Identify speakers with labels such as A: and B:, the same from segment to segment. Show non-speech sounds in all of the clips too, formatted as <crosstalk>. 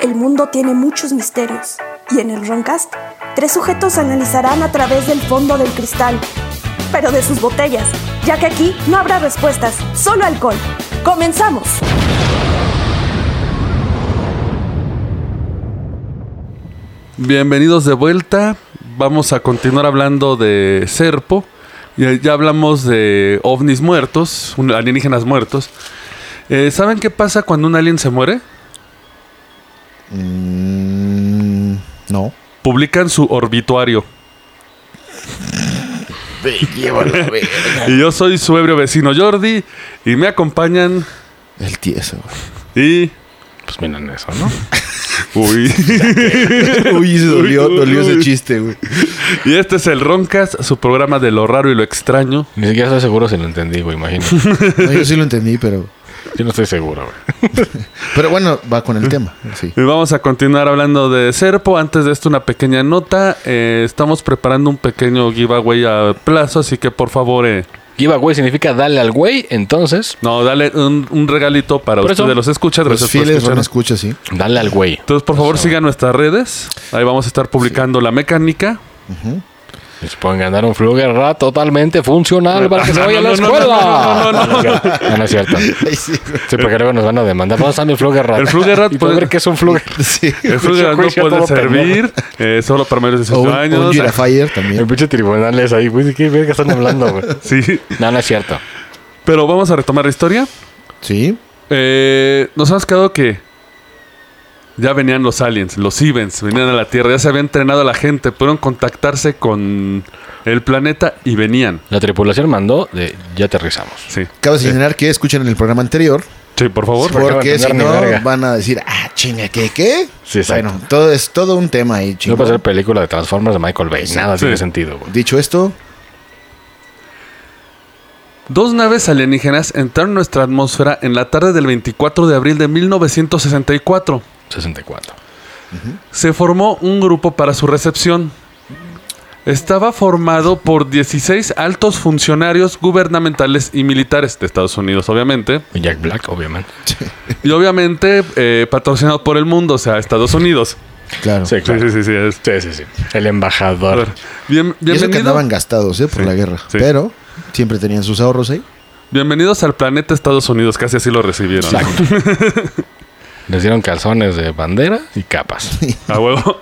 A: El mundo tiene muchos misterios y en el Roncast, tres sujetos analizarán a través del fondo del cristal, pero de sus botellas, ya que aquí no habrá respuestas, solo alcohol. ¡Comenzamos!
B: Bienvenidos de vuelta. Vamos a continuar hablando de Serpo. Ya, ya hablamos de ovnis muertos, un- alienígenas muertos. Eh, ¿Saben qué pasa cuando un alien se muere?
C: Mm, no.
B: Publican su orbituario.
C: Ve, llévalo, ve.
B: Y yo soy su ebrio vecino Jordi. Y me acompañan.
C: El tieso. güey.
B: Y.
D: Pues miren eso, ¿no?
B: <laughs> Uy. <laughs>
C: Uy, se dolió,
B: Uy,
C: dolió ese
B: uy.
C: chiste, güey.
B: y este es el Roncast, su programa de lo raro y lo extraño.
D: Ni siquiera estoy seguro si lo entendí,
B: <laughs>
D: güey, imagínate.
C: No, yo sí lo entendí, pero.
D: Yo no estoy seguro, güey.
C: Pero bueno, va con el tema. Sí.
B: Y vamos a continuar hablando de Serpo. Antes de esto, una pequeña nota. Eh, estamos preparando un pequeño giveaway a plazo, así que por favor, eh,
D: Giveaway significa dale al güey, entonces,
B: no, dale un, un regalito para
D: Por
B: ustedes.
D: eso,
B: los escuchas,
C: Los
B: gracias por
C: fieles van a
B: escucharnos.
C: escuchar, sí.
D: dale al güey.
B: Entonces, por favor, sigan nuestras redes. Ahí vamos a estar publicando la
C: <laughs>
B: mecánica.
D: Y se pueden ganar un Flugerra totalmente funcional para que se
B: No,
D: vaya a
B: no, no,
D: la
B: no,
D: escuela.
B: no, no, no, no,
D: <laughs> No, no es cierto. Sí,
C: Ay, sí, güey.
D: porque luego nos van a demandar. ¿Dónde está mi Flugerra?
B: El Flugerrat
D: <laughs> Y
B: puede-
D: puede ver que es un Fluger.
C: Sí.
B: El Frugal no
D: Escucha
B: puede
D: todo
B: servir eh, solo para mayores de
C: O
B: 18
C: un,
B: años.
C: un Girafire también.
D: El pinche tribunal es ahí, güey. ¿De qué verga están hablando, güey?
B: Sí,
D: No, no es cierto.
B: pero vamos a retomar la historia.
C: Sí.
B: Eh, nos has quedado que ya venían los aliens, los Ivens, venían a la Tierra, ya se había entrenado a la gente, pudieron contactarse con el planeta y venían.
D: La tripulación mandó de ya aterrizamos.
B: Sí,
C: Cabe señalar que escuchen el programa anterior.
B: sí, por favor.
D: Sí, porque
C: Porque
D: van a
C: si
D: tener
C: no,
D: ni verga.
C: van a decir, ah, chinga, ¿qué? ¿Qué?
D: Sí, exacto.
C: Bueno, todo es todo un tema ahí,
D: No va a
C: chinga.
D: ser película de Transformers de Michael Bay. Nada
B: Sí.
D: tiene sentido, güey.
C: Dicho esto,
B: Dos naves alienígenas entraron en nuestra atmósfera en la tarde del 24 de abril de 1964.
D: 64.
B: se formó un grupo para su recepción. Estaba formado por 16 altos funcionarios gubernamentales y militares de Estados Unidos, obviamente.
D: Y Jack Black, obviamente.
B: Y obviamente eh, patrocinado por el mundo, o sea, Estados Unidos.
C: claro.
D: Sí,
B: Sí,
D: claro.
B: sí, sí, sí. es-
D: Sí, sí, sí. El
B: A ver,
D: embajador.
B: bien-
C: Y eso que
B: bienvenido-
C: andaban gastados, ¿eh? Por
B: Sí,
C: la guerra.
B: sí.
C: Pero siempre tenían sus ahorros ahí.
B: bienvenidos al planeta Estados Unidos, casi así lo recibieron. ¿no?
D: Exacto. <laughs> Les dieron calzones de bandera
B: <laughs>
D: y capas.
B: A huevo.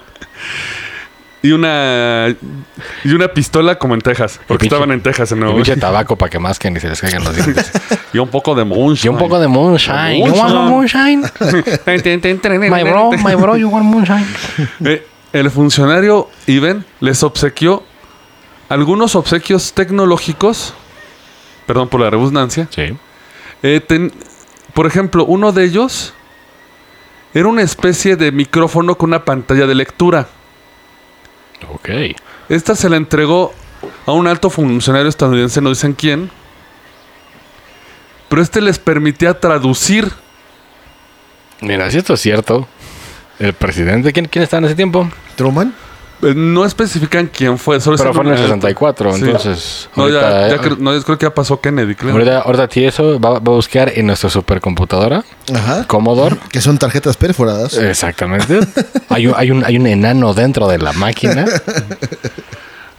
B: Y una y una pistola como en Texas, porque
D: pinche-
B: estaban en Texas en
D: Y
B: Nueva
D: mucho tabaco para que masquen y se les caigan
B: <laughs>
D: los dientes.
B: Y un poco de moonshine.
D: Y
B: <laughs>
D: un poco de moonshine. You want some moonshine? My bro, my bro, you want moonshine?
B: Eh, el funcionario Iben les obsequió algunos obsequios tecnológicos. Perdón por la redundancia.
D: Sí.
B: Eh, ten- por ejemplo, uno de ellos era una especie de micrófono con una pantalla de lectura.
D: Ok.
B: Esta se la entregó a un alto funcionario estadounidense, no dicen quién. Pero este les permitía traducir.
D: Mira, si esto es cierto, el presidente, ¿quién, quién estaba en ese tiempo?
C: Truman.
B: Eh, No especifican quién fue, solo
D: Pero
B: dicen
D: fue en el
B: un alto.
D: 64,
B: eh, Sí.
D: entonces.
B: No, ya,
D: ahorita- eh,
B: ya cre- no, yo creo que ya pasó Kennedy, creo.
D: Ahorita, ahorita Tieso va, va a buscar en nuestra supercomputadora,
B: <laughs>
C: Ajá.
D: Commodore.
C: Que son tarjetas perforadas.
B: Eh,
D: Exactamente. hay, un, hay, un, hay un enano dentro de
B: <laughs>
D: la máquina.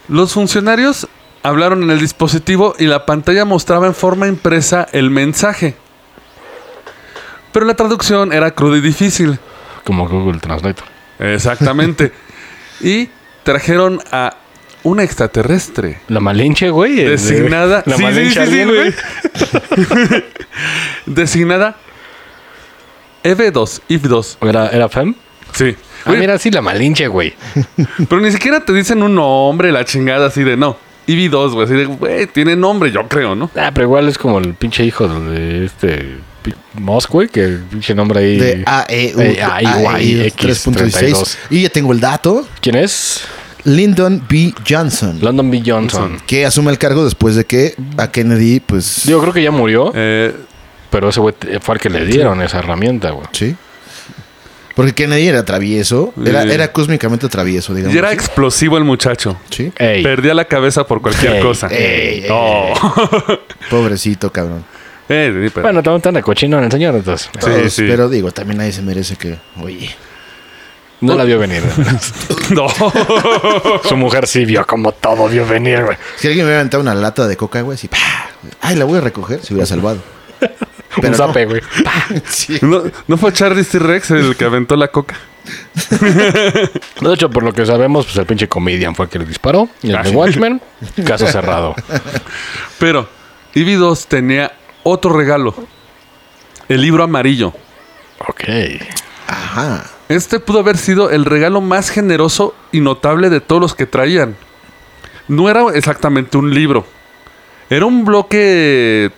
B: Los funcionarios hablaron en el dispositivo y la pantalla mostraba en forma impresa el mensaje. Pero la traducción era cruda y difícil.
D: Como Google Translator. <laughs>
B: Exactamente. y trajeron a una extraterrestre
D: La Malinche, güey. es de-
B: designada.
D: La
B: Sí, sí,
D: Malinche
B: sí, sí,
D: alien,
B: güey. <laughs> designada EV2, IF2.
D: ¿Era, era Fem?
B: Sí.
D: Ah,
B: Güey,
D: mira, sí, la Malinche, güey.
B: Pero ni siquiera te dicen un nombre, la chingada así de no. EV2, güey, así de, güey, tiene nombre, yo creo, ¿no?
D: Ah, pero igual es como el pinche hijo de este pi- Musk, güey, que el pinche nombre ahí.
C: De ah. E AEU.
B: E
D: Eh, AEU,
C: AEU 3.16.
D: 3.16.
C: Y ya tengo el dato.
D: ¿Quién es?
C: Lyndon B. Johnson.
D: London B. Johnson.
C: Que asume el cargo después de que a Kennedy, pues.
D: Yo creo que ya murió,
B: Eh,
D: pero ese güey te- fue al que le dieron esa herramienta, güey.
C: Sí. Porque Kennedy era travieso. Era,
B: Sí.
C: era cósmicamente travieso, digamos.
B: y era
C: así.
B: explosivo el muchacho.
C: Sí.
D: Ey,
B: Perdía la cabeza por cualquier
D: Ey,
B: cosa.
C: ey,
B: No.
C: Pobrecito, cabrón.
B: Eh, sí, pero-
D: Bueno, también tan de cochino en el señor, entonces.
B: Sí,
C: Todos,
B: sí.
C: Pero digo, también nadie se merece que. Oye.
D: No la
B: <laughs>
D: vio venir.
B: <laughs> No.
D: Su mujer sí vio como todo vio venir, güey.
C: Si alguien me hubiera aventado una lata de coca, güey, así, ¡pah! ay, la voy a recoger, se hubiera salvado.
D: Un
C: no.
D: zape, güey.
C: Sí.
B: ¿No, no fue Charlie T. Rex el que aventó la coca?
D: De hecho, por lo que sabemos, pues el pinche comedian fue el que le disparó. Y el de Watchmen, caso cerrado.
B: Pero Ivy 2 tenía otro regalo. El libro amarillo.
D: Ok.
C: Ajá.
B: Este pudo haber sido el regalo más generoso y notable de todos los que traían. No era exactamente un libro. Era un bloque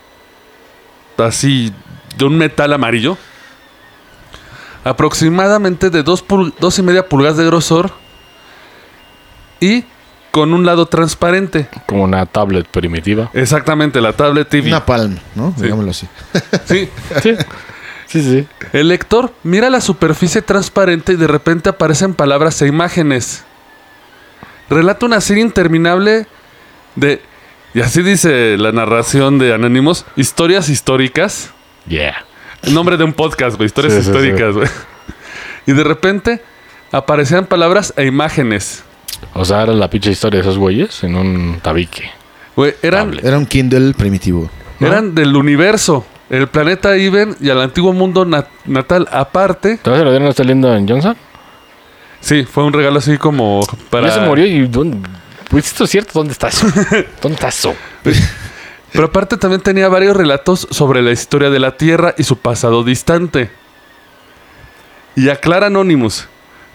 B: así de un metal amarillo. Aproximadamente de 2 dos y media pulgadas de grosor. Y con un lado transparente.
D: Como una tablet primitiva.
B: Exactamente, la tablet TV.
C: Una palma, ¿no? Digámoslo así.
B: Sí.
D: Sí. Sí, sí.
B: El lector mira la superficie transparente y de repente aparecen palabras e imágenes. Relata una serie interminable de, y así dice la narración de Anónimos, historias históricas.
D: Yeah.
B: El nombre de un podcast, güey, historias
D: Sí, sí, sí.
B: históricas, güey. Y de repente aparecían palabras e imágenes.
D: O sea, era la pinche historia de esos güeyes en un tabique.
B: Güey, eran,
D: Tablet.
C: Era un Kindle primitivo.
B: eran del universo, el planeta Iben y al antiguo mundo nat- natal aparte.
D: ¿Te vas a lo dieron está lindo en Johnson?
B: Sí, fue un regalo así como para...
D: Ya se murió y ¿dónde? Pues esto es cierto, ¿dónde está eso? ¿Dónde está eso?
B: Pero aparte también tenía varios relatos sobre la historia de la Tierra y su pasado distante. Y aclara Anonymous,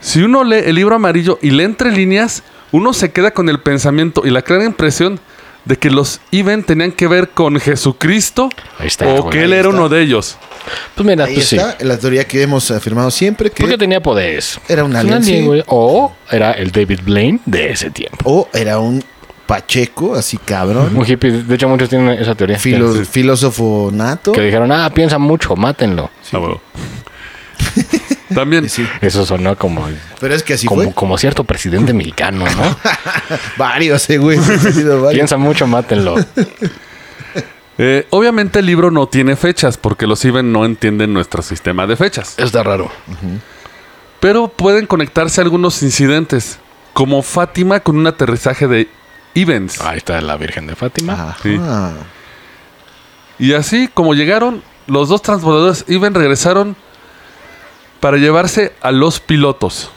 B: si uno lee el libro amarillo y lee entre líneas, uno se queda con el pensamiento y la clara impresión de que los Iben tenían que ver con Jesucristo
D: Ahí está,
B: o
D: güey,
B: que él
D: ahí
B: era
C: está.
B: uno de ellos.
D: Pues mira,
C: Ahí
D: pues sí.
C: está la teoría que hemos afirmado siempre que
D: Porque tenía poderes.
C: Era un
D: Es
C: alien, sí.
D: güey. O era el David Blaine de ese tiempo.
C: o era un pacheco, así cabrón,
D: Un hippie. De hecho, muchos tienen esa teoría.
C: filo- filósofo nato.
D: Que dijeron, ah, piensa mucho, mátenlo.
B: Ah, huevo. También
C: Sí,
D: Eso sonó como,
C: Pero es que así
D: como,
C: fue.
D: como cierto presidente
C: <laughs>
D: mexicano, ¿no?
C: Varios, eh, güey. Ha
D: <laughs>
C: sido varios.
D: piensa mucho, mátenlo.
B: Eh, obviamente el libro no tiene fechas porque los Iben no entienden nuestro sistema de fechas.
D: Está raro.
B: Pero pueden conectarse algunos incidentes, como Fátima con un aterrizaje de Evans.
D: Ahí está la Virgen de Fátima.
C: Ajá.
B: Sí. Y así como llegaron, los dos transbordadores Evans regresaron para llevarse a los pilotos.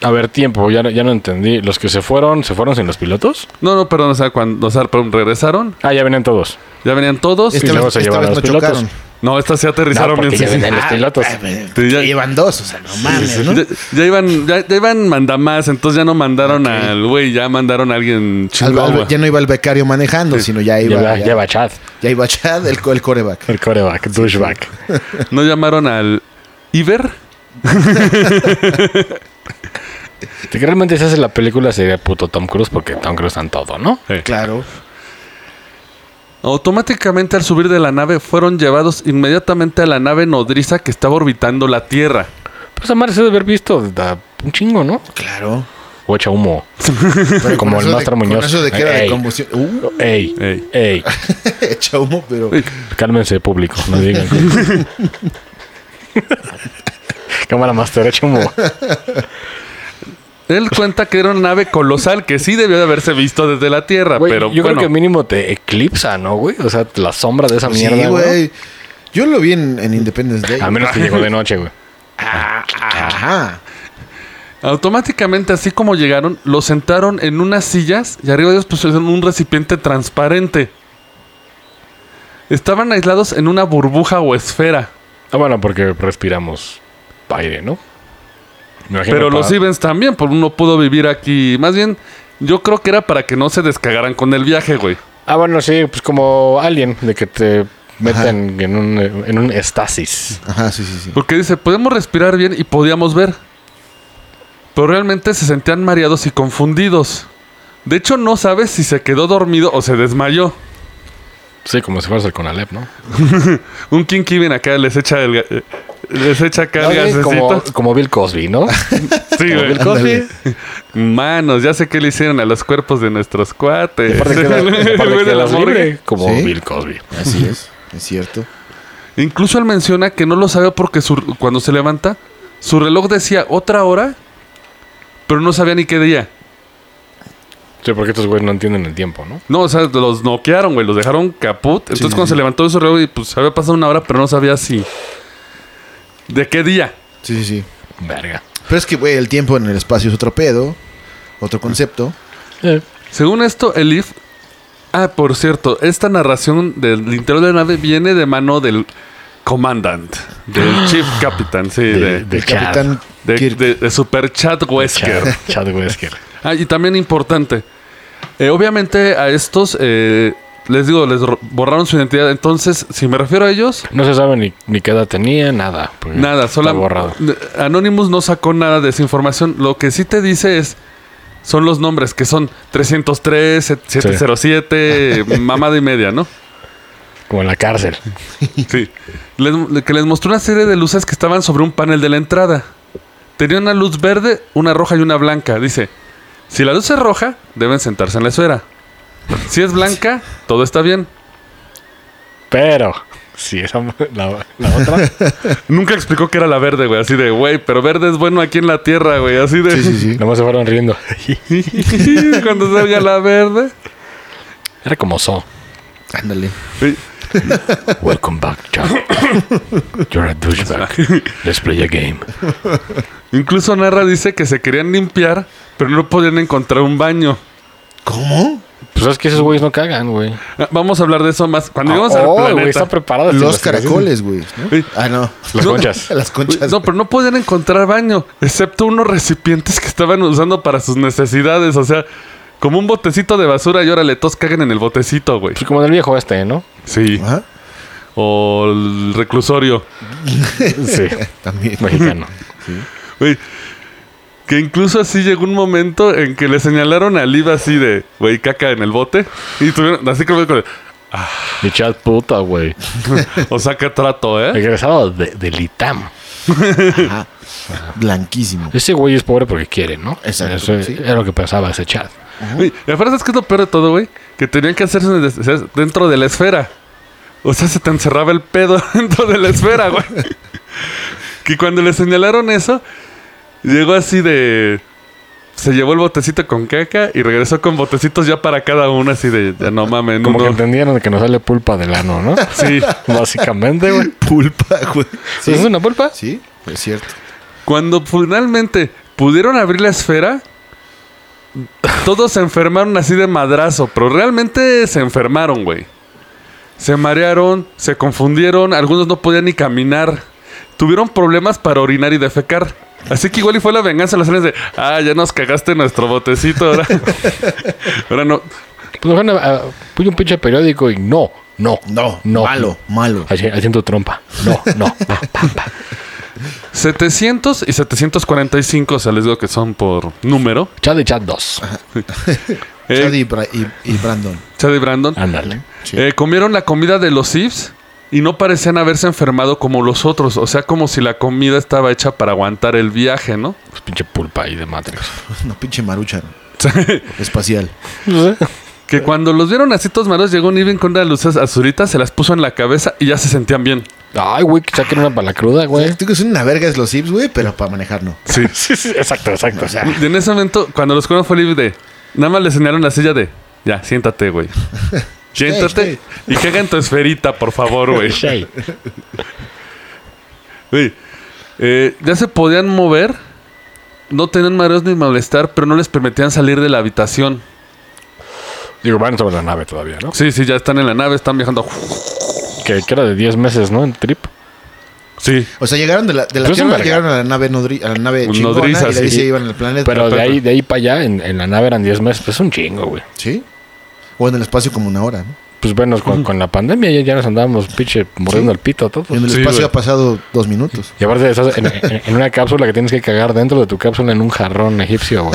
D: A ver, tiempo, ya, no- ya no entendí. ¿Los que se fueron, se fueron sin los pilotos?
B: No, no, perdón, o sea, cuando o sea, perdón, regresaron,
D: Ah, ya venían todos.
B: ya venían todos.
D: Sí.
C: Esta,
D: luego
C: vez,
D: se
C: esta
D: llevaron
C: vez no
D: a los pilotos.
C: chocaron.
B: No, estas ya aterrizaron
D: No,
B: bien.
D: porque
B: sí,
D: ya
B: sí.
D: venían los pilotos.
C: Ah, eh,
B: Sí, ya-
C: ya Llevan dos, o sea, no mames, ¿no?
B: Ya, ya iban, ya, ya iban mandamás, entonces ya no mandaron al güey, ya mandaron a alguien
C: Al-
B: chingón.
C: al-
B: güey.
C: ya no iba el becario manejando, sino ya iba,
D: Lleva,
C: ya,
D: lleva Chad,
C: ya iba Chad, el, co- el coreback.
D: el coreback, douchebag.
B: No llamaron al Iber.
D: Si realmente se hace la película sería puto Tom Cruise porque Tom Cruise está en todo, ¿no?
C: Claro.
B: Automáticamente al subir de la nave fueron llevados inmediatamente a la nave nodriza que estaba orbitando la Tierra.
D: Pues a Mar se debe haber visto da un chingo, ¿no?
C: Claro.
D: O
C: <laughs>
D: echa humo.
C: Pero
D: Como
C: con eso
D: el
C: de-
D: Master
C: con
D: Muñoz.
C: eso de que era de
D: Ey.
C: combustión. Uh, <laughs>
D: Ey,
B: Ey.
D: ey,
C: echa humo, pero.
D: cálmense público, no digan. <laughs> Cámara Master, echa humo.
B: Él cuenta que era una nave colosal que sí debió de haberse visto desde la Tierra,
D: Güey,
B: pero
D: yo
B: bueno,
D: creo que mínimo te eclipsa, ¿no, güey? O sea, la sombra de esa
C: Pues
D: mierda, Ah,
C: sí,
D: güey.
C: güey. Yo lo vi en, en Independence Day.
D: A menos que llegó de noche, güey.
C: Ajá.
B: automáticamente así como llegaron, los sentaron en unas sillas y arriba de ellos pusieron un recipiente transparente. Estaban aislados en una burbuja o esfera,
D: Ah, bueno, porque respiramos aire, ¿no? Me imagino
B: pero
D: para-
B: los Ivens también, por uno pudo vivir aquí. Más bien, yo creo que era para que no se descagaran con el viaje, güey.
D: Ah, bueno, sí, pues como Alien, de que te meten en un, en un estasis.
C: Ajá, sí, sí, sí.
B: Porque dice, podemos respirar bien y podíamos ver. Pero realmente se sentían mareados y confundidos. De hecho, no sabes si se quedó dormido o se desmayó.
D: Sí, como si fueras el Conalep, ¿no?
B: Un King Kevin acá les echa el ga- eh, les echa acá el
D: Ándale, como,
B: gasecito.
D: como Bill
B: <laughs>
D: Cosby, ¿no?
B: Sí, güey.
C: Ándale.
B: Manos, ya sé qué le hicieron a los cuerpos de nuestros cuates.
D: Aparte
B: <laughs>
D: queda-
B: El
D: aparte
B: güey de la
D: quedas
B: morgue.
D: libre, como
C: Sí.
D: Bill Cosby.
C: Así es. Es cierto.
B: Incluso él menciona que no lo sabe porque su- cuando se levanta, su reloj decía otra hora pero no sabía ni qué día.
D: Sí, porque estos güeyes no entienden el tiempo, ¿no?
B: No, o sea, los noquearon, güey, los dejaron caput. Entonces,
C: Sí,
B: cuando
C: sí,
B: se
C: sí.
B: levantó de su reloj, y, pues había pasado una hora, pero no sabía si. ¿De qué día?
C: Sí, sí, sí.
D: Verga.
C: Pero es que, güey, el tiempo en el espacio es otro pedo, otro concepto.
B: Según esto, el IF. Ah, por cierto, esta narración del interior de la nave viene de mano del Commandant,
C: <gasps>
B: del Chief Captain, sí, de,
D: De-
B: de,
C: El capitán
B: de,
C: Kirk.
B: de Super Chat Wesker.
D: Chad, Chad Wesker.
B: Ah, y también importante. eh, obviamente a estos, eh, les digo, les ro- borraron su identidad. Entonces, si me refiero a ellos,
D: No se sabe ni, ni qué edad tenía, nada. porque
B: nada,
D: está borrado.
B: solamente. Anonymous no sacó nada de esa información. Lo que sí te dice es. Son los nombres que son 303, <laughs> 707, mamada y media, ¿no?
D: Como en la cárcel.
B: Sí. Les- que les mostró una serie de luces que estaban sobre un panel de la entrada. Tenía una luz verde, una roja y una blanca. Dice, si la luz es roja, deben sentarse en la esfera. Si es blanca, todo está bien.
D: Pero, si esa la, la otra.
B: <laughs> Nunca explicó que era la verde, güey. Así de, güey, pero verde es bueno aquí en la tierra, güey. Así de...
C: Sí, sí, sí.
D: <laughs> Nomás se fueron riendo.
B: <laughs> Cuando salga la verde.
D: Era como So.
C: Ándale.
B: Sí.
D: Welcome back, Chad. You're a douchebag. Let's play a game.
B: Incluso Narra dice que se querían limpiar, pero no podían encontrar un baño.
C: ¿Cómo?
D: Pues es que esos güeyes no cagan, güey.
B: Ah, Vamos a hablar de eso más. Cuando llegamos
D: Ah,
B: al
D: oh,
B: planeta...
D: güey, está preparado. si
C: Los
D: las-
C: caracoles, güey. ¿no?
B: Sí.
C: Ah, no.
D: Las
B: No.
C: <laughs>
D: conchas.
C: Las conchas.
B: No, pero no podían encontrar baño, excepto unos recipientes que estaban usando para sus necesidades. O sea, como un botecito de basura y órale, todos caguen en el botecito, güey.
D: Pues como del viejo este, ¿no?
B: Sí.
C: güey. Ajá.
B: O el reclusorio.
D: Sí. <laughs>
C: También.
D: Mexicano.
B: Güey. Que incluso así llegó un momento en que le señalaron a Liv así de, güey, caca en el bote. Y tuvieron, así como con el,
D: Y Chad puta, güey.
B: ¿Eh? o sea, qué trato, ¿eh?
D: Egresado de, del ITAM.
C: Ajá. Blanquísimo.
D: Ese güey es pobre porque quiere, ¿no?
C: Exacto,
D: Eso es-
C: sí.
D: era lo que pensaba ese Chad.
B: Güey, y aparte es que es lo peor de todo, güey, que tenían que hacerse des- o sea, dentro de la esfera. O sea, se te encerraba el pedo <laughs> dentro de la esfera, güey. que cuando le señalaron eso, llegó así de... Se llevó el botecito con caca y regresó con botecitos ya para cada uno, así de... ya no mames,
D: Como que
B: no.
D: entendieron que nos sale pulpa del
C: <laughs>
D: ano, ¿no?
B: Sí.
D: <laughs> Básicamente, güey.
C: Pulpa, güey. <laughs> Sí,
D: ¿Es una pulpa?
C: sí, es cierto.
B: Cuando finalmente pudieron abrir la esfera, todos se enfermaron así de madrazo, pero realmente se enfermaron, güey. Se marearon, se confundieron, algunos no podían ni caminar. Tuvieron problemas para orinar y defecar. Así que igual y fue la venganza de los aliens de, ah, ya nos cagaste nuestro botecito ahora. ahora no.
D: Pues ojalá, ah, puse un pinche periódico y no, no,
C: No,
D: no.
C: malo, malo.
D: Haci- Haciendo trompa. No, no. pa, pa, pa.
B: 700 y 745, o sea, les digo que son por número.
D: Chad y Chad 2.
B: Eh,
C: Chad y, Bra- y- y Brandon. <laughs>
B: Chad y Brandon.
D: Ándale.
C: Sí.
B: Eh, comieron la comida de los Sifs y no parecían haberse enfermado como los otros. O sea, como si la comida estaba hecha para aguantar el viaje, ¿no?
D: Pues pinche pulpa ahí de Matrix.
C: Una pinche
D: <laughs>
C: marucha espacial.
B: que cuando los vieron así todos malos, llegó Niven con unas luces azuritas, se las puso en la cabeza y ya se sentían bien.
D: Ay, güey, que saquen una pala cruda, güey.
C: Tú que son una verga es los Sims, güey, pero para manejar no.
B: <laughs> Sí.
D: Sí, sí, exacto, exacto. O sea,
B: Y en ese momento, cuando los cuernos fue libre de... Nada más le señalaron la silla de... Ya, siéntate, güey. Siéntate
C: Stay,
B: y caga en tu esferita, por favor, güey.
D: Shay.
B: Güey, eh, ya se podían mover, no tenían mareos ni malestar, pero no les permitían salir de la habitación.
D: Digo, van sobre la nave todavía, ¿no?
B: Sí, sí, ya están en la nave, están viajando.
D: Que, que era de 10 meses, ¿no? El trip.
B: Sí.
C: O sea, llegaron de la, de la
D: Pero es un
C: Tierra,
D: verga.
C: llegaron a la nave, nodri- a la nave
B: Un
C: chingona
B: nodriza,
C: y de ahí
B: sí.
C: se iban al planeta.
D: Pero de ahí, de ahí para allá, en, en la nave eran 10 meses. Pues un chingo, güey.
C: Sí. O en el espacio como una hora, ¿no?
D: Pues bueno, con, con la pandemia ya, ya nos andábamos pinche mordiendo
C: Sí.
D: el pito todos.
C: En el
B: Sí,
C: espacio
B: güey.
C: ha pasado dos minutos.
D: Y aparte estás en, en- en una cápsula que tienes que cagar dentro de tu cápsula en un jarrón
C: <laughs>
D: egipcio, güey.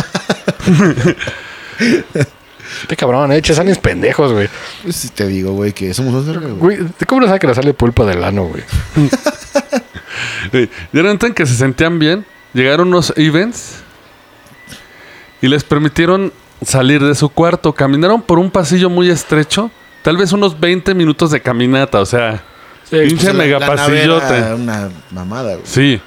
D: Este cabrón, eh, salen pendejos, güey.
C: Pues sí te digo, güey, que somos dos vergas, güey.
D: Güey, ¿cómo no sabe que le sale pulpa del ano, güey?
B: Eh, Ya no que se sentían bien, llegaron unos events y les permitieron salir de su cuarto. Caminaron por un pasillo muy estrecho, tal vez unos 20 minutos de caminata, o sea,
D: Sí,
B: pinche
C: O sea, la- la nave
B: megapasillote.
C: era Una mamada, güey.
B: Sí.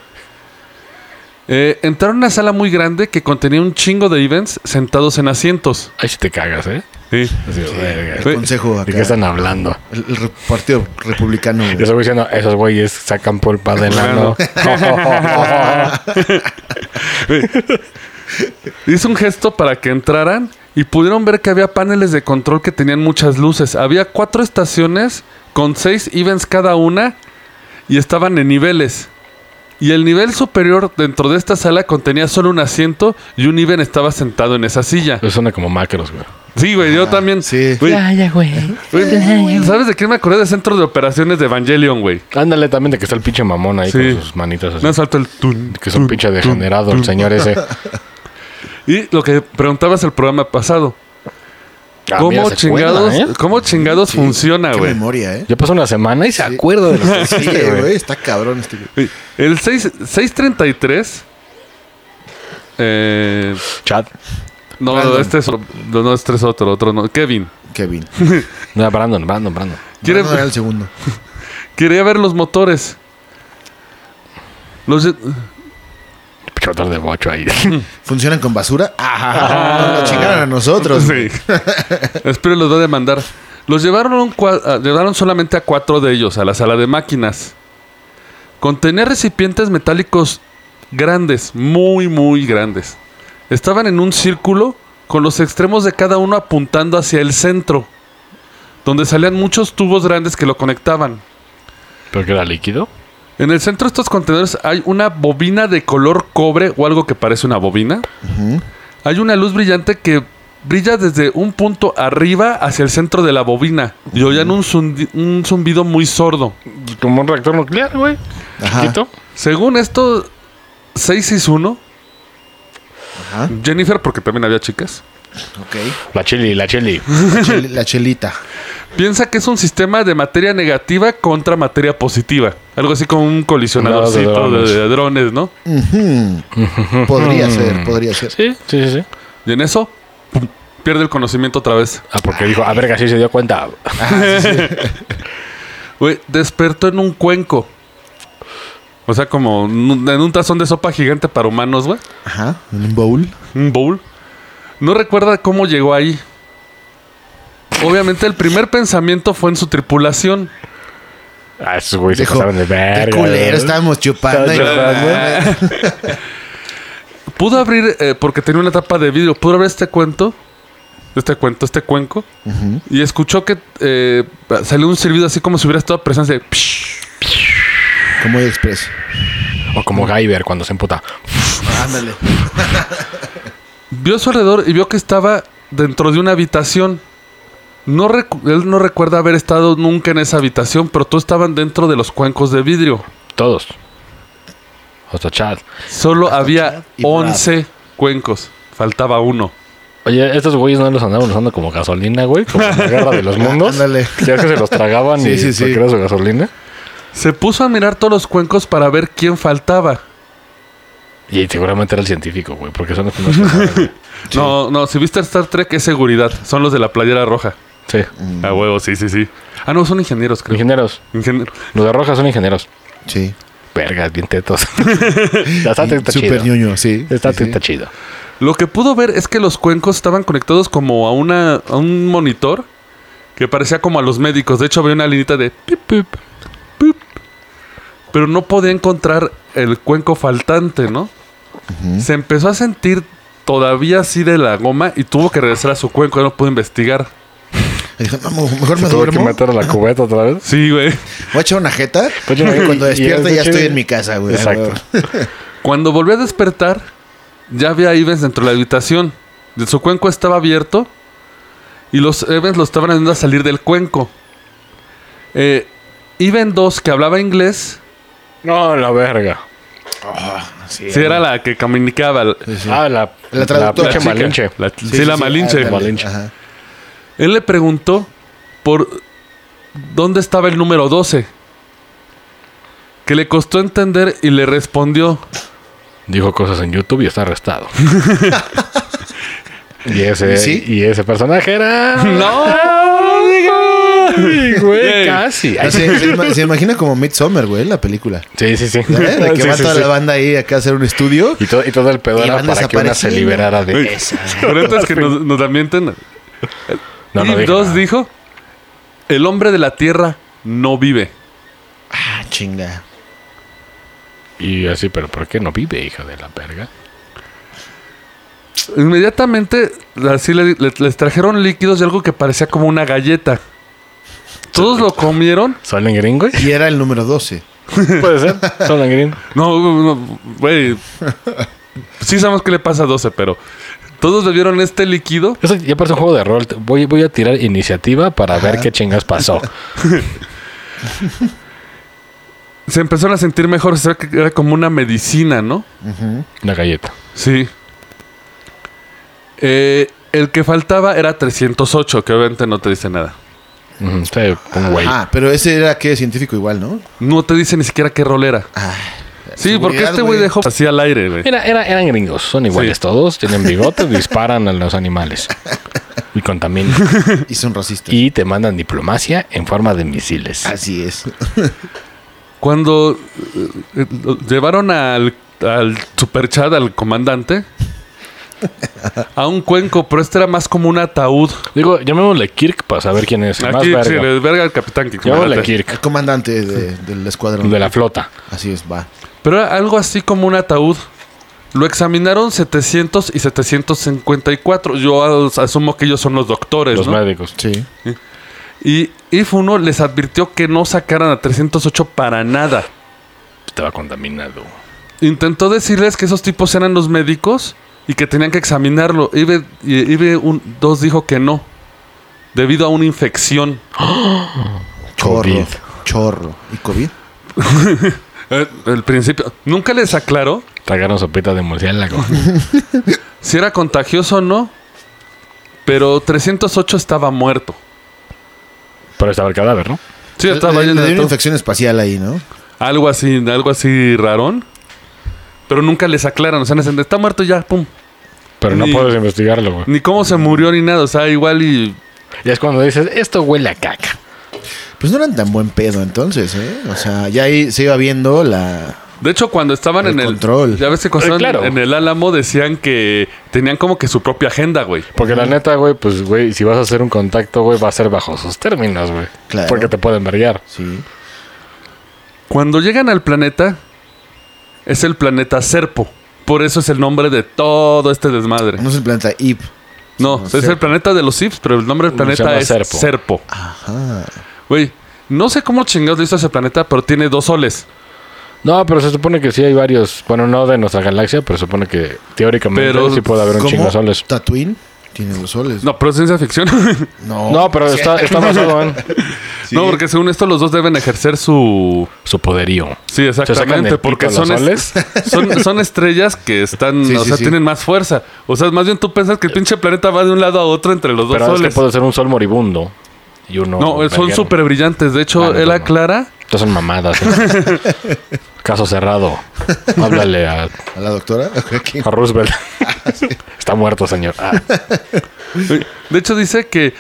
B: Eh, entraron a una sala muy grande que contenía un chingo de events sentados en asientos.
D: Ahí sí te cagas, ¿eh?
B: Sí.
D: Así, verga.
C: El
B: Sí.
C: Pues, consejo
D: ¿De
C: acá.
D: qué están hablando?
C: El, el re- partido republicano. güey.
D: Yo estoy diciendo, esos güeyes sacan polpa de lano.
C: <laughs>
B: Hice un gesto para que entraran y pudieron ver que había paneles de control que tenían muchas luces. Había cuatro estaciones con seis events cada una y estaban en niveles. Y el nivel superior dentro de esta sala contenía solo un asiento y un event estaba sentado en esa silla.
D: Eso suena como macros, güey.
B: Sí, güey, yo también.
C: sí.
B: Güey,
E: Playa, güey.
B: güey, ¿Sabes de qué me acordé? De Centro de Operaciones de Evangelion, güey.
D: Ándale también de que está el pinche mamón ahí
B: Sí.
D: con sus manitas así.
B: Me salto el tun,
D: que es un
B: tun,
D: pinche
B: tun,
D: degenerado
B: tun.
D: el señor ese.
B: Y lo que preguntabas el programa pasado.
D: Ah,
B: ¿Cómo,
D: mira, se
B: chingados,
D: acuerda, ¿eh?
B: ¿Cómo chingados funciona,
C: Qué
B: güey?
C: memoria,
D: <laughs>
C: ¿eh?
D: Ya pasó una semana y se acuerda de
C: <laughs>
D: lo que
C: Sí,
D: sigue, güey.
C: güey. Está cabrón este güey.
B: Sí. El 6, 633. Eh,
D: Chat.
B: no,
C: Brandon.
B: este es, o- no, no, este es otro, otro no. Kevin.
C: Kevin.
D: No, Brandon, Brandon, Brandon.
B: Quiere-
C: No, no era el segundo.
B: Quería ver los motores. Los,
D: Pinche motor de bocho ahí. <laughs>
C: ¿Funcionan con basura?
D: Ah.
C: Ajá. Nos lo chingaron a nosotros.
B: Sí. Espero los va a demandar. Los llevaron, un cua- a- llevaron solamente a cuatro de ellos a la sala de máquinas. Contenía recipientes metálicos grandes, muy, muy grandes. Estaban en un círculo con los extremos de cada uno apuntando hacia el centro, donde salían muchos tubos grandes que lo conectaban.
D: ¿Pero que era líquido?
B: En el centro de estos contenedores hay una bobina de color cobre o algo que parece una bobina. Hay una luz brillante que brilla desde un punto arriba hacia el centro de la bobina y oían un, zundi- un zumbido muy sordo.
D: Como un reactor nuclear, güey.
C: Ajá.
D: Chiquito.
B: Según esto, 661,
C: Ajá.
B: Jennifer, porque también había chicas,
C: Ok.
D: La chili, la chili.
C: La, chel- la chelita.
B: piensa que es un sistema de materia negativa contra materia positiva. Algo así como un colisionadorcito
D: Nada de
B: de, de drones, ¿no?
C: Hmm.
D: Hmm.
C: Podría ser, podría ser.
D: Sí, sí, sí. sí.
B: Y en eso, pum, pierde el conocimiento otra vez.
D: Ah, porque dijo, a verga, sí se dio cuenta. <laughs>
B: Güey, despertó en un cuenco. O sea, como en un en un tazón de sopa gigante para humanos, güey.
C: Ajá. En un bowl.
B: Un bowl. No recuerda cómo llegó ahí. Obviamente el primer pensamiento fue en su tripulación.
D: Ah, esos güeyes se
C: Dijo,
D: pasaron de verga.
C: Qué culero,
D: güey.
C: estábamos chupando. y-
B: Pudo abrir, eh, porque tenía una tapa de vidrio, pudo abrir este cuento, este cuento, este cuenco, y escuchó que eh, salió un silbido así como si hubiera estado presencia de...
C: Como de expreso.
D: O como Guyver cuando se emputa.
C: Ándale.
B: Vio a su alrededor y vio que estaba dentro de una habitación. No recu- él no recuerda haber estado nunca en esa habitación, pero todos estaban dentro de los cuencos de vidrio.
D: Todos. Hasta Chad.
B: Solo había
C: y Brad.
B: 11 cuencos. Faltaba uno.
D: Oye, estos güeyes no los andaban usando como gasolina, güey. Como en la
C: <laughs>
D: guerra de los mundos.
C: Ándale.
D: Ya es que se los tragaban
C: Sí,
D: y
C: sí, sí.
D: porque era su gasolina.
B: Se puso a mirar todos los cuencos para ver quién faltaba.
D: Y seguramente era el científico, güey, porque son los primeros que saben, güey.
B: No, no, si viste Star Trek es seguridad. Son los de la playera roja.
D: Sí.
C: Mm.
B: A huevo, sí, sí, sí. Ah, no, son ingenieros, creo.
D: Ingenieros.
B: Ingeniero.
D: Los de Rojas son ingenieros.
C: Sí.
D: Vergas, bien tetos. La SAT está
C: Super
D: chido.
C: ñoño, sí.
D: La SAT
C: Sí, sí.
D: está chido.
B: Lo que pudo ver es que los cuencos estaban conectados como a, una, a un monitor que parecía como a los médicos. De hecho, había una linita de pip, pip, pip. Pero no podía encontrar el cuenco faltante, ¿no? Se empezó a sentir todavía así de la goma y tuvo que regresar a su cuenco. Ya no pudo investigar.
C: Y Dijo, no, mejor me
D: Tuve que
C: duermo.
D: meter a la cubeta otra vez.
B: Sí, güey.
C: Voy a echar una jeta.
D: Pues yo
C: <laughs> y
D: me voy-
C: cuando
D: y- y
C: despierto
D: es de
C: ya estoy
D: chido.
C: en mi casa, güey.
D: <laughs> Exacto.
B: Cuando volvió a despertar, ya había Ivens dentro de la habitación. De Su cuenco estaba abierto y los Evans lo estaban ayudando a salir del cuenco. Eh, Even 2, que hablaba inglés,
D: No, la verga.
B: sí, era la que comunicaba. la-
D: Ah, la,
C: La traductora.
D: pinche
C: La chica.
D: malinche.
B: la- sí, la Malinche.
C: ándale,
D: Malinche.
C: ajá.
B: Él le preguntó por dónde estaba el número 12. Que le costó entender y le respondió.
D: Dijo cosas en YouTube y está arrestado. y ese,
C: ¿Y sí?
D: y ese personaje era.
B: ¡No!
D: Ay, güey,
B: Yay.
D: casi. Ay, sí.
C: Ah, Se, se ima- se imagina como Midsummer, güey, la
D: <laughs>
C: película.
D: Sí, sí, sí.
C: ¿Eh? De que
D: Sí,
C: va
D: sí,
C: toda
D: sí.
C: la banda ahí acá a hacer un estudio.
D: Y todo, y todo el pedo
C: Y
D: era
C: van
D: para que una se
C: desapareciendo.
D: liberara de eso.
B: Pero antes
D: <laughs>
B: que nos, nos ambienten.
D: No, no
B: y
D: dije
B: dos
D: nada.
B: dijo: El hombre de la tierra no vive.
C: Ah, chinga.
D: Y así, pero ¿por qué no vive, hija de la verga?
B: Inmediatamente así le- le- les trajeron líquidos de algo que parecía como una galleta. Todos lo comieron.
D: ¿Solen Green, güey?
C: Y era el número 12.
D: <laughs> Puede ser. Solen Green.
B: No, no, no, güey. Sí sabemos que le pasa a 12, pero todos bebieron este líquido.
D: Eso ya parece un juego de rol. Voy, voy a tirar iniciativa para ver qué chingas pasó.
B: Se empezaron a sentir mejor. Se ve que era como una medicina, ¿no?
D: Una galleta.
B: Sí. Eh, el que faltaba era 308, que obviamente no te dice nada.
D: Ujú, sí, un güey.
C: Ah, pero ese era que científico igual, ¿no?
B: No te dice ni siquiera qué rol era. sí,
C: seguridad,
B: porque este güey
C: güey.
B: dejó así al aire, güey.
D: Era, era- eran gringos. Son iguales
B: Sí.
D: todos. Tienen bigotes,
B: <laughs>
D: disparan a los animales. Y contaminan.
C: Y son racistas.
D: <laughs> Y te mandan diplomacia en forma de misiles.
C: Así es.
B: Cuando eh, eh, lo- llevaron al, al superchat, al comandante, a un cuenco, pero este era más como un ataúd.
D: Digo, llamémosle Kirk para saber quién es. el más
B: Aquí, sí,
D: verga.
B: le verga al capitán. Kirk,
D: Llamémosle
B: imagínate.
D: Kirk.
C: El comandante de- del escuadrón.
D: De la flota.
C: Así es, va.
B: Pero era algo así como un ataúd. Lo examinaron 700 y 754. Yo as- asumo que ellos son los doctores,
D: Los
B: Pues, ¿no?
D: médicos.
C: Sí.
B: Y Ifuno les advirtió que no sacaran a 308 para nada.
D: Estaba contaminado.
B: Intentó decirles que esos tipos eran los médicos y que tenían que examinarlo. Ibe, y- Ibe un- dos dijo que no, debido a una infección.
C: Chorro.
D: COVID.
C: Chorro. ¿Y COVID?
B: Eh, El principio. Nunca les aclaró
D: Tragaron sopita de murciélago.
B: si era contagioso o no, pero 308 estaba muerto.
D: Pero estaba el cadáver, ¿no?
B: Sí, estaba
C: Le-
B: ya en
C: Eh, le dio
B: el
C: una
B: ataúd.
C: infección espacial ahí, ¿no?
B: Algo así, algo así rarón. Pero nunca les aclaran. O sea, dicen, está muerto ya, pum.
D: Pero no
B: Ni-
D: puedes investigarlo, güey.
B: Ni cómo se murió ni nada. O sea, igual y
D: Y es cuando dices, esto huele a caca.
C: Pues no eran tan buen pedo entonces, ¿eh? O sea, ya ahí se iba viendo la...
B: De hecho, cuando estaban
C: El
B: en el.
C: control.
B: Ya ves que cuando
D: Eh,
B: estaban
D: claro.
B: en el Álamo decían que tenían como que su propia agenda, güey.
D: Porque la neta, güey, pues, güey, si vas a hacer un contacto, güey, va a ser bajo sus términos, güey.
C: Claro.
D: Porque te pueden verguiar.
C: Sí.
B: Cuando llegan al planeta, es el planeta Serpo. Por eso es el nombre de todo este desmadre.
C: No se planta IP.
B: No, es el planeta de los Sips, pero el nombre del planeta
D: llama
B: es
D: Serpo.
B: Serpo.
C: Ajá.
B: Güey, no sé cómo chingados le hizo ese planeta, pero tiene dos soles.
D: No, pero se supone que sí hay varios. Bueno, no de nuestra galaxia, pero se supone que teóricamente
B: Pero,
D: sí puede haber un chingo de soles.
C: Tatooine tiene los soles.
B: No, pero es ciencia ficción. <laughs>
D: No, pero está, está basado en
B: No, porque según esto los dos deben ejercer su...
D: su poderío.
B: Sí,
D: sacan del
B: exactamente,
D: pito
B: porque
D: los
B: son, est- <laughs>
D: soles.
B: son, son estrellas que están,
C: Sí,
B: o
C: sí,
B: sea,
C: sí.
B: tienen más fuerza. O sea, más bien tú piensas que el pinche planeta va de un lado a otro entre los dos
D: Pero es
B: soles.
D: que puede ser un sol moribundo y uno.
B: no, son
D: verguero.
B: súper brillantes. De hecho,
D: Ah, no,
B: él
D: no, no.
B: aclara.
D: Estas son mamadas. ¿eh?
B: <laughs>
D: Caso cerrado. Háblale a,
C: ¿A la doctora? <laughs> Ok.
D: a Roosevelt. está muerto, señor. Ah,
B: De hecho, dice que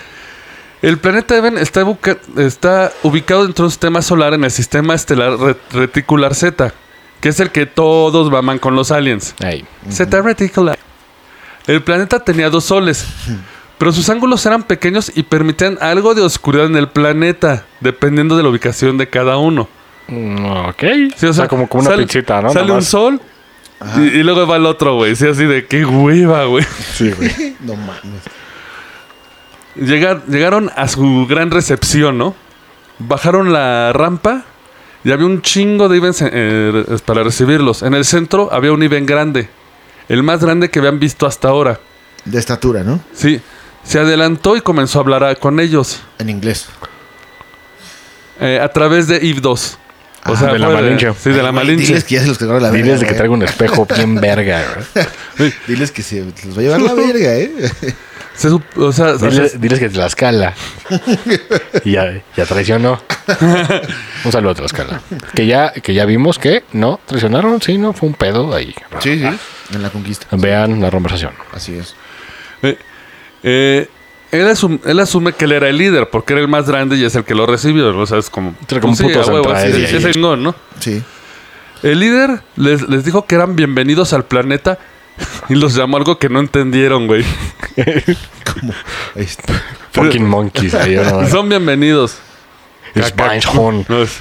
B: el planeta Even está, buca- está ubicado dentro de un sistema solar en el sistema estelar re- reticular Z, que es el que todos maman con los aliens.
D: ahí.
B: Zeta Reticuli. El planeta tenía dos soles, pero sus ángulos eran pequeños y permitían algo de oscuridad en el planeta, dependiendo de la ubicación de cada uno.
D: Mm, ok.
B: Sí,
D: o sea, como, como una
B: sale-
D: pinchita, ¿no?
B: Sale
D: Nada
B: un
D: más.
B: sol y, y luego va el otro, güey. Sí, así de qué hueva, güey. <laughs>
D: Sí, güey.
C: <laughs> No mames.
B: Llegar- llegaron a su gran recepción, ¿no? Bajaron la rampa y había un chingo de Ivens eh, para recibirlos. En el centro había un Iven grande, el más grande que habían visto hasta ahora.
C: De estatura, ¿no?
B: Sí, se adelantó y comenzó a hablar a- con ellos
C: En inglés.
B: eh, a través de IV2. O
D: Ah, de la
B: fue
D: Malinche.
B: Sí, de la
C: Ay, güey,
B: Malinche.
C: Diles que ya se los cagó la verga. eh.
D: Diles de que
C: güey.
D: traigo un espejo bien verga, güey.
C: Diles que se los va
B: <laughs>
C: a llevar la verga, ¿eh?
B: Se sup- o sea,
D: Diles, diles que te la escala. Y ya, ya traicionó. Un saludo a Tlaxcala. Que ya, que ya vimos que no traicionaron, sí, no, fue un pedo ahí.
C: Sí, sí. En la conquista.
D: Vean la conversación.
C: Así es.
B: eh, eh, Él, asum- él asume que él era el líder porque era el más grande y es el que lo recibió. O sea, es como. pues
D: Entre como
B: sí,
D: putos
B: a huevo,
D: entra
B: así,
D: él y
B: sí,
D: ahí.
B: sí, chingón, ¿no?
C: Sí.
B: El líder les, les dijo que eran bienvenidos al planeta <laughs> y los llamó algo que no entendieron, güey.
C: Ahí está.
D: Fucking monkeys, güey. yo no-
B: <laughs> Son bienvenidos.
D: Es Beinhorn.
B: No,
D: <laughs>
B: es-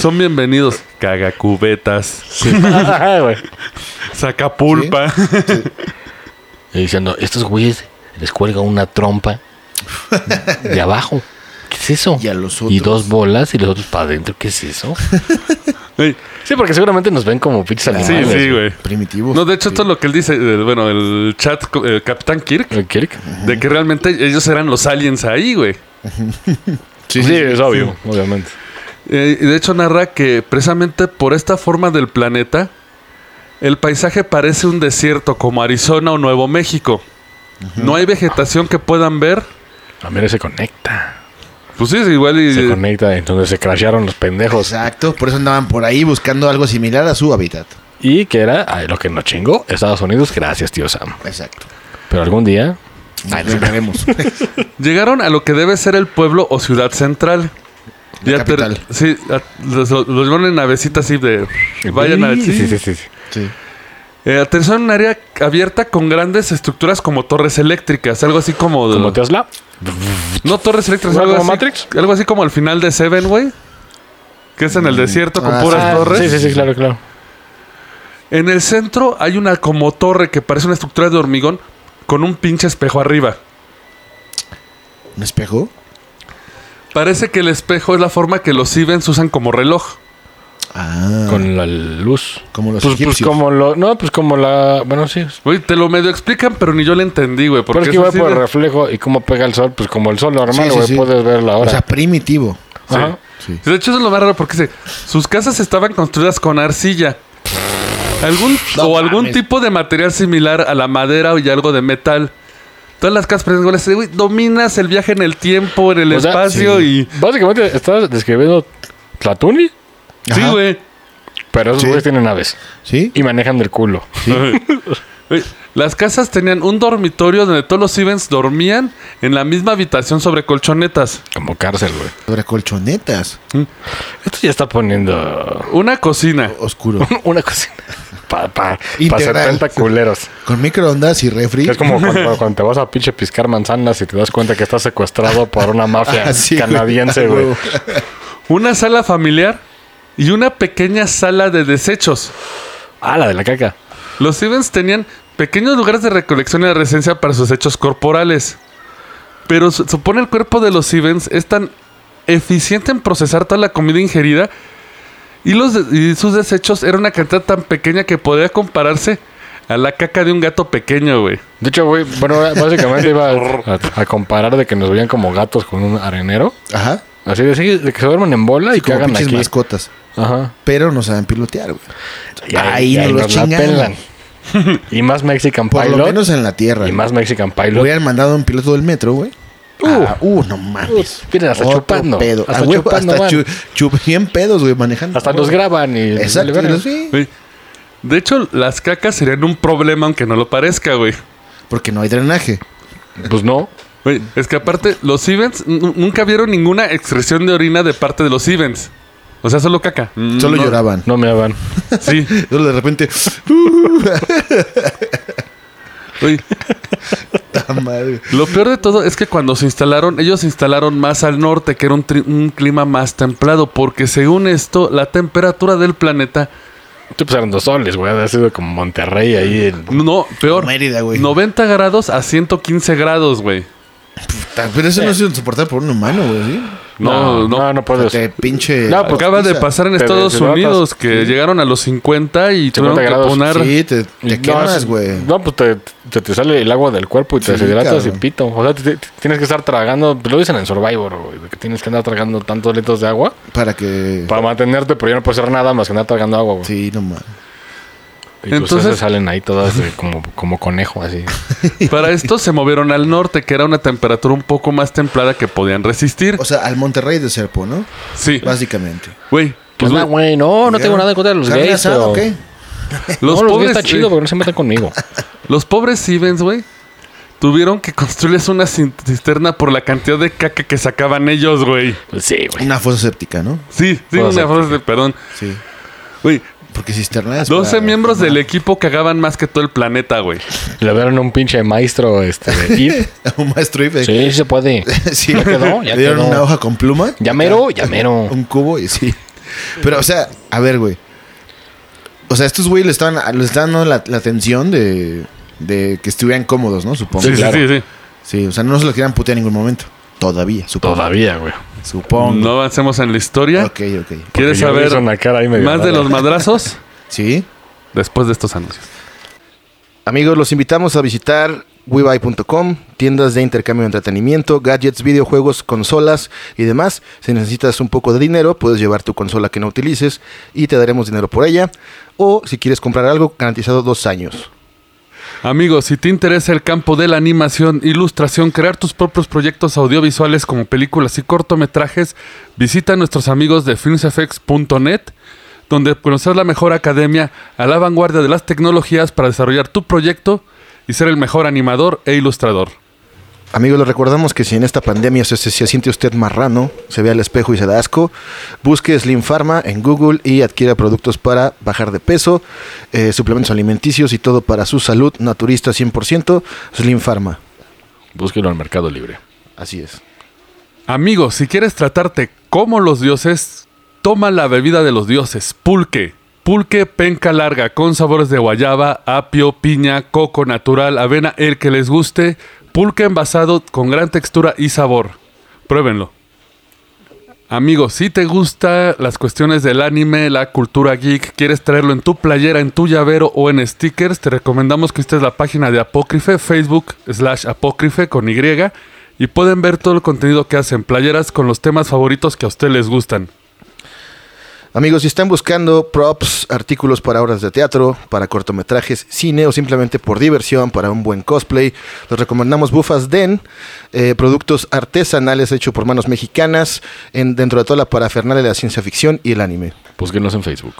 B: Son bienvenidos. Cagacubetas, <laughs>
D: Ay, <laughs> güey.
B: sacapulpa. <laughs>
D: Y diciendo, estos güeyes les cuelga una trompa de abajo. ¿Qué es eso?
C: Y a los
D: Y
C: otros.
D: dos bolas y los otros para adentro. ¿Qué es eso?
B: Güey,
D: Sí, porque seguramente nos ven como pinches
B: Sí,
D: animales.
B: sí, güey.
C: Primitivos.
B: No, de hecho, esto es lo que él dice, eh, bueno, el chat, eh, Capitán Kirk,
D: ¿El Kirk?
B: de que realmente ellos eran los aliens ahí, güey.
D: Sí, sí, es obvio, obviamente.
B: Eh, y de hecho narra que precisamente por esta forma del planeta, el paisaje parece un desierto como Arizona o Nuevo México. No hay vegetación que puedan ver.
D: A menos Ah, se conecta.
B: Pues sí, es igual y...
D: Se conecta en donde se crashearon los pendejos.
C: Exacto, por eso andaban por ahí buscando algo similar a su hábitat.
D: Y que era ay, lo que nos chingó Estados Unidos. Gracias, tío Sam.
C: Exacto.
D: Pero algún día...
C: Ahí nos veremos.
D: <laughs>
B: Llegaron a lo que debe ser el pueblo o ciudad central.
C: La
B: Ya ter-
C: capital.
B: Sí, a- los, los llevaron en navecita así de... Vayan a...
D: Sí, sí, sí. sí, sí.
C: sí.
B: Eh, aterrizó en un área abierta con grandes estructuras como torres eléctricas, algo así como...
D: Como Tesla.
B: No torres eléctricas,
D: ¿Igual
B: algo
D: como
B: así,
D: Matrix?
B: algo así como al final de Seven, güey. Que es en el desierto con
C: Ah,
B: puras
C: sí.
B: torres.
D: Mm. Sí, sí, sí, claro, claro.
B: En el centro hay una como torre que parece una estructura de hormigón con un pinche espejo arriba.
C: ¿Un espejo?
B: Parece que el espejo es la forma que los Ivens usan como reloj.
C: Ah.
D: Con la luz.
C: Como los
D: pues, pues
C: egipcios.
D: como lo... No, pues como la... Bueno, sí.
B: Güey, te lo medio explican, pero ni yo le entendí, güey.
D: Pero
B: Porque
D: es que
B: eso
D: va
B: sí
D: por el
B: de-
D: reflejo y cómo pega el sol. Pues como el sol normal,
C: Sí, sí,
D: güey,
C: sí.
D: puedes ver la hora.
C: O sea, primitivo.
D: Ajá.
C: Sí.
B: De hecho, eso es lo más raro porque dice, sus casas estaban construidas con arcilla. Algún,
C: No
B: o algún
C: mames.
B: tipo de material similar a la madera o y algo de metal. Todas las casas parecen iguales. Güey, dominas el viaje en el tiempo, en el
D: O sea,
B: espacio
D: sí. Básicamente estás describiendo Tlatuni,
B: y... Sí,
C: Ajá.
B: güey.
D: pero esos
C: Sí.
D: güeyes tienen aves
C: ¿Sí?
D: y manejan del culo.
B: Güey, Las casas tenían un dormitorio donde todos los Ivens dormían en la misma habitación sobre colchonetas.
D: Como cárcel, güey.
C: Sobre colchonetas.
D: Esto ya está poniendo <laughs>
B: Una cocina.
C: Oscuro.
D: una cocina para pa, pa
C: Integral.
D: 70 culeros.
C: <laughs> Con microondas y refri.
D: Es como cuando, cuando te vas a pinche piscar manzanas y te das cuenta que estás secuestrado por una mafia
C: <laughs> Ah, sí, güey.
D: canadiense, güey.
B: Una sala familiar y una pequeña sala de desechos.
D: Ah, la de la caca.
B: Los Stevens tenían pequeños lugares de recolección y de residencia para sus hechos corporales. Pero su- supone el cuerpo de los Stevens es tan eficiente en procesar toda la comida ingerida y, los de- y sus desechos era una cantidad tan pequeña que podía compararse a la caca de un gato pequeño, güey.
D: De hecho, güey, bueno, básicamente iba a, a comparar de que nos veían como gatos con un arenero.
C: Ajá.
D: Así de, sí, de que se duermen en bola y que
C: Como
D: hagan
C: pinches
D: aquí.
C: mascotas.
D: Ajá.
C: Pero no saben pilotear, güey.
D: Y
C: Ahí
D: y
C: nos los
D: la
C: chingaron.
D: pelan. y más Mexican
C: Por
D: Pilot.
C: lo menos en la tierra.
D: y
C: güey.
D: más Mexican Pilot.
C: Hubieran mandado a un piloto del metro, güey. Ah, Uh, no mames.
D: Uh, miren, hasta
C: Otro
D: chupando.
C: pedo.
D: Hasta
C: Ah, güey,
D: chupando
C: hasta
D: van.
C: chu- chu- 100 pedos, güey, manejando.
D: Hasta nos graban y...
C: Exacto.
D: vale, verga.
C: sí.
B: Güey, De hecho, las cacas serían un problema aunque no lo parezca, güey.
C: Porque no hay drenaje.
D: Pues no.
B: Güey, es que aparte, los Evens n- nunca vieron ninguna excreción de orina de parte de los Evens. O sea, solo caca. Mm,
C: Solo
B: no-
C: lloraban.
D: No me van.
B: Sí.
C: Solo de repente.
B: Güey,
C: ¡ta madre!
B: Lo peor de todo es que cuando se instalaron, ellos se instalaron más al norte, que era un, tri- un clima más templado, porque según esto, la temperatura del planeta,
D: Sí, pues eran dos soles, güey. Ha sido como Monterrey ahí. el-
B: no, peor,
C: Mérida, güey.
B: 90 grados a 115 grados, güey.
C: Puta, Pero eso no es insoportable por un humano, güey. ¿sí?
B: No, no.
D: no,
C: O sea,
D: puedes.
C: te pinche.
D: No, porque
B: Acaba de
C: putiza.
B: pasar en
D: Te
B: Estados
D: deshidratas.
B: Unidos que llegaron a los 50 y
D: 50
B: tuvieron que
D: grados,
B: poner...
C: Sí, te, te
D: No,
C: quemas,
D: es-
C: güey.
D: No, pues te, te, te sale el agua del cuerpo y
C: Sí,
D: te deshidratas
C: cabrón.
D: y pito. O sea, te- te- tienes que estar tragando. pues, Lo dicen en Survivor, güey. de Que tienes que andar tragando tantos litros de agua
C: Para que.
D: para mantenerte, pero ya no puedes hacer nada más que andar tragando agua, güey.
C: Sí, no mames.
D: Y pues
B: Entonces-
D: esas salen ahí todas eh, como, como conejo, así.
B: <laughs> Para esto se movieron al norte, que era una temperatura un poco más templada que podían resistir.
C: O sea, al Monterrey de Serpo, ¿no?
B: Sí,
C: Básicamente.
B: güey.
D: Pues
B: Pues,
D: no,
B: güey,
D: güey, no, no
C: Ya.
D: tengo nada en contra de los
C: ¿Carne
D: gays.
C: asada
D: pero-
C: o qué?
B: los
D: no, los gays
B: pobres...
C: <laughs>
D: está chido porque no se metan conmigo.
B: Los pobres Stevens, güey, Tuvieron que construirles una cin- cisterna por la cantidad de caca que sacaban ellos, güey.
D: Pues sí, güey.
C: Una fosa séptica, ¿no?
B: Sí, sí,
D: Fosa
B: una fosa de perdón.
C: Sí.
B: Güey,
C: Porque cisternas.
B: 12
C: para-
B: miembros del equipo cagaban más que todo el planeta, güey.
D: Le dieron un pinche maestro este,
C: <laughs>
D: de ir.
C: Un maestro IFE.
D: Sí, sí se puede.
C: <laughs> Sí.
D: Ya quedó, ya
C: Le dieron
D: quedó.
C: una hoja con pluma.
D: Llamero, llamero.
C: Un cubo y sí. Pero, o sea, a ver, güey. O sea, estos güeyes le estaban, le estaban dando la, la atención de, de que estuvieran cómodos, ¿no? Supongo.
B: Sí,
C: Sí,
B: sí,
D: claro.
B: sí, sí.
C: o sea, no se lo querían putear en ningún momento. Todavía, supongo.
D: Todavía, güey.
C: Supongo.
B: No avancemos en la historia.
C: Ok, ok.
B: ¿Quieres
D: Yo
B: saber
D: hice una cara ahí medio
B: más de
D: rara.
B: los
D: <laughs>
B: madrazos?
C: Sí.
B: Después de estos anuncios.
E: Amigos, los invitamos a visitar WeBuy.com, tiendas de intercambio de entretenimiento, gadgets, videojuegos, consolas y demás. Si necesitas un poco de dinero, puedes llevar tu consola que no utilices y te daremos dinero por ella. O si quieres comprar algo, garantizado dos años.
B: Amigos, si te interesa el campo de la animación, ilustración, crear tus propios proyectos audiovisuales como películas y cortometrajes, visita a nuestros amigos de filmsfx.net, donde conocer la mejor academia a la vanguardia de las tecnologías para desarrollar tu proyecto y ser el mejor animador e ilustrador.
E: Amigos, les recordamos que si en esta pandemia se, se- se siente usted marrano, se ve al espejo y se da asco, busque Slim Pharma en Google y adquiera productos para bajar de peso, eh, suplementos alimenticios y todo para su salud naturista 100%, Slim Pharma.
D: Búsquelo en Mercado Libre.
E: Así es.
B: Amigos, si quieres tratarte como los dioses, toma la bebida de los dioses, pulque. Pulque penca larga con sabores de guayaba, apio, piña, coco natural, avena, el que les guste. Pulque envasado con gran textura y sabor. Pruébenlo. Amigos, si te gustan las cuestiones del anime, la cultura geek, quieres traerlo en tu playera, en tu llavero o en stickers, te recomendamos que estés la página de Apócrife, Facebook slash Apócrife con Y, y pueden ver todo el contenido que hacen, playeras con los temas favoritos que a usted les gustan.
E: Amigos, si están buscando props, artículos para obras de teatro, para cortometrajes, cine o simplemente por diversión, para un buen cosplay, les recomendamos Bufas Den, eh, productos artesanales hechos por manos mexicanas en, dentro de toda la parafernalia de la ciencia ficción y el anime.
D: Búsquenos en Facebook.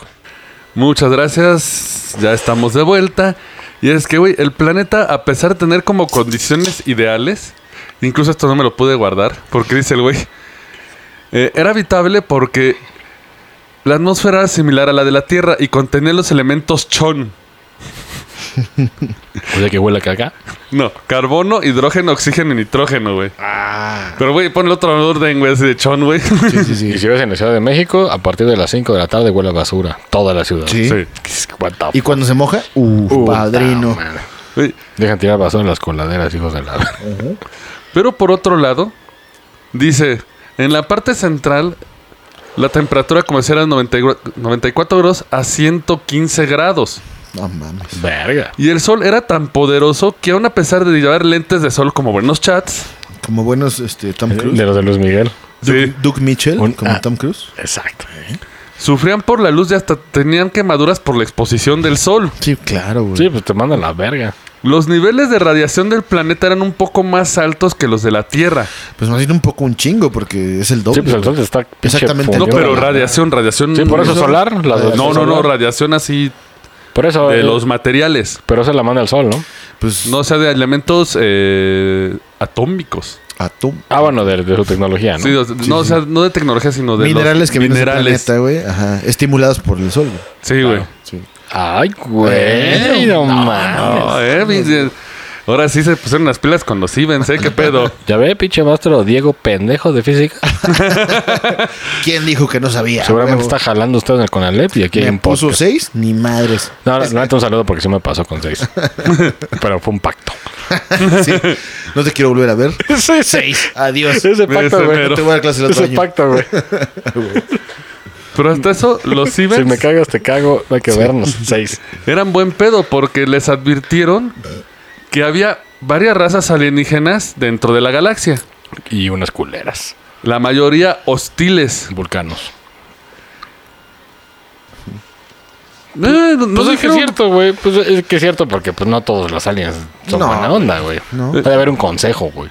B: Muchas gracias, ya estamos de vuelta. Y es que, güey, el planeta, a pesar de tener como condiciones ideales, incluso esto no me lo pude guardar, porque dice el güey, eh, era habitable porque la atmósfera era similar a la de la Tierra y contenía los elementos chon.
D: O sea que huele a caca.
B: No, carbono, hidrógeno, oxígeno y nitrógeno, güey. Pero, güey, ponle otro orden, güey, así de chon, güey. <laughs>
C: Sí, sí, sí.
D: <laughs> Y si vives en la Ciudad de México, a partir de las 5 de la tarde huele a basura. Toda la ciudad.
C: Sí.
D: What the
C: Y cuando se moja, uff,
D: puta
C: padrino.
D: madre.
B: Güey,
D: Dejan tirar basura en las coladeras, hijos de la... <laughs>
B: Pero por otro lado, dice, en la parte central, la temperatura comenzará de 90 gra- 94 grados a 115 grados.
C: No mames.
D: Verga.
B: Y el sol era tan poderoso que aun a pesar de llevar lentes de sol como buenos chats,
C: Como buenos este, Tom Cruise.
D: De los de Luis Miguel.
B: sí,
C: Duke, Duke Mitchell,
D: Eh, Un-
C: como
D: ah.
C: Tom Cruise.
D: Exacto.
C: ¿eh?
B: sufrían por la luz y hasta tenían quemaduras por la exposición del sol.
C: Sí, claro, güey.
D: Sí, pues te mandan la verga.
B: Los niveles de radiación del planeta eran un poco más altos que los de la Tierra.
C: Pues más bien un poco un chingo, porque es el doble.
D: Sí, pues el sol está... pinche
C: Exactamente.
B: No,
D: fundido.
B: pero radiación, radiación...
D: Sí, por eso solar. la-
B: No, no, no,
D: solar.
B: radiación así
D: Por eso... eh,
B: de los materiales.
D: Pero se la manda el sol, ¿no?
C: Pues
B: No, o sea, de elementos eh, atómicos.
C: a tu-
D: Ah, bueno, de, de su tecnología, Ah, ¿no?
B: Sí, o sea, no, o sea, no de tecnología, sino de los
C: minerales que vienen del
B: minerales.
C: planeta, güey. Ajá. Estimulados por el sol, güey.
B: Sí, güey.
C: Sí.
D: Ay, güey, no, mames.
B: No, eh, mis- eh, ahora sí se pusieron las pilas con los Ivens,
D: <laughs>
B: ¿eh? ¿Qué pedo?
D: Ya ve, pinche maestro Diego, pendejo
C: <laughs>
D: de física.
C: ¿Quién dijo que no sabía?
D: Seguramente
C: Huevo.
D: está jalando usted en el Conalep y aquí hay
C: Me
D: un
C: puso
D: podcast.
C: seis, ni madres.
D: No, no, no, un saludo porque sí me pasó
C: <laughs>
D: con seis. Pero fue un pacto. <laughs>
C: Sí. No te quiero volver a ver.
D: Sí, seis.
C: Adiós.
D: Ese
B: Ese
D: pacto,
B: mero.
D: güey.
C: Te voy a dar clases el otro
D: Ese
C: año.
D: pacto, güey.
B: Pero hasta eso, los
D: Si me
B: Ivens
D: cagas, te cago. No hay que vernos. Seis.
B: eran buen pedo porque les advirtieron que había varias razas alienígenas dentro de la galaxia.
D: Y unas culeras.
B: La mayoría hostiles.
D: Vulcanos.
B: Eh, no no
D: Pues es que es
B: dijeron-
D: cierto, güey. Pues es que es cierto porque pues no todos los aliens son
C: No.
D: buena onda, güey.
C: No.
D: Debe haber un consejo, güey.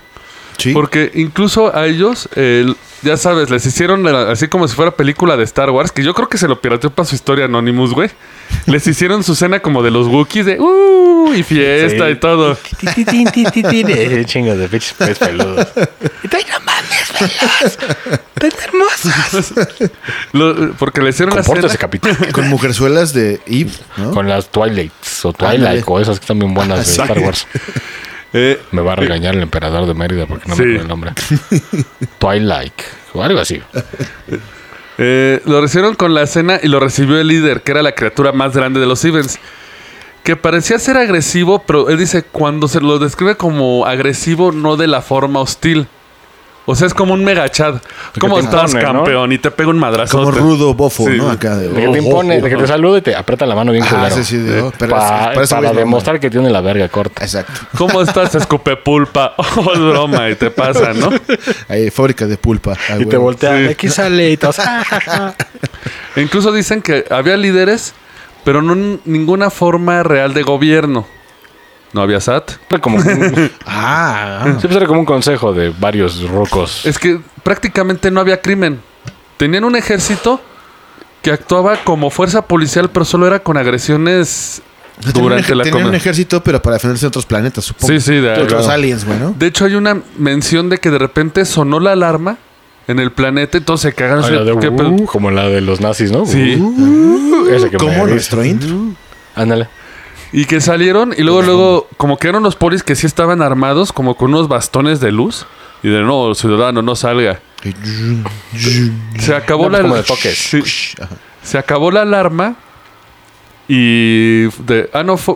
E: Sí.
B: Porque incluso a ellos, el- ya sabes, les hicieron la- así como si fuera película de Star Wars, que yo creo que se lo pirateó para su historia Anonymous, güey. Les hicieron su cena como de los Wookiees de ¡Uh! y fiesta
D: Sí.
B: y
D: <laughs>
B: todo.
D: Tin, tin, tin, tin. Eh, Chingos de pinches <laughs> pez peludos. Y te no mames, velas. Tan hermosas.
B: Lo- porque le hicieron la cena.
D: Compórtese, capitán.
E: Con mujerzuelas de Eve, ¿no?
D: Con las Twilights o Twilight
E: Ándale.
D: o esas que también buenas de
E: Exacto.
D: Star Wars.
B: Eh,
D: Me va a regañar el emperador de Mérida porque no
B: Sí.
D: me acuerdo el nombre. Twilight o algo así.
B: Eh, lo recibieron con la cena y lo recibió el líder, que era la criatura más grande de los Evens. Que parecía ser agresivo, pero él dice, cuando se lo describe como agresivo, no de la forma hostil. O sea, es como un mega chat. Como
D: te
B: estás
D: impone, ¿no?
B: campeón y te pega un madrazo.
E: Como rudo bofo,
B: Sí.
E: ¿no? Acá
D: De
E: de.
B: Oh.
D: que te impone, de que te salude y te aprieta la mano bien
E: Ah,
D: culero.
E: sí, sí, de- oh, pero
D: Pa-
E: es- por eso
D: para
E: voy,
D: demostrar que tiene la verga
E: ¿no?
D: corta.
E: Exacto.
B: ¿Cómo estás? Escupe pulpa. Oh, es broma. Y te pasa, ¿no?
E: Ahí, fábrica de pulpa. Ah,
D: Y
E: güey.
D: te voltea, "De aquí sale y todos, "Ah, ja, ja".
B: E Incluso dicen que había líderes, pero no n- ninguna forma real de gobierno. No había SAT.
D: Era como un-
E: <laughs> Ah,
D: siempre era como un consejo de varios
E: <laughs>
D: rucos.
B: Es que prácticamente no había crimen. Tenían un ejército que actuaba como fuerza policial, pero solo era con agresiones durante la
E: Tenían un
B: comida.
E: ejército, pero para defenderse de otros planetas, supongo.
B: Sí, sí, de,
E: De otros
B: claro.
E: aliens, güey, ¿no?
B: De hecho, hay una mención de que de repente sonó la alarma en el planeta, entonces se cagaron.
D: Ah, la de,
B: ¿Qué
D: "Uh",
B: pedo?
D: como la de los nazis, ¿no?
B: Sí.
D: Uh, esa que me
E: Como
D: dice.
E: nuestro intro.
D: Ándale.
B: Y que salieron y luego, luego, como que eran los polis que sí estaban armados, como con unos bastones de luz. Y de no, ciudadano, no salga. Se acabó
D: No,
B: la
D: pues como de toques.
B: Sí. Se acabó la alarma y de- ah no fue,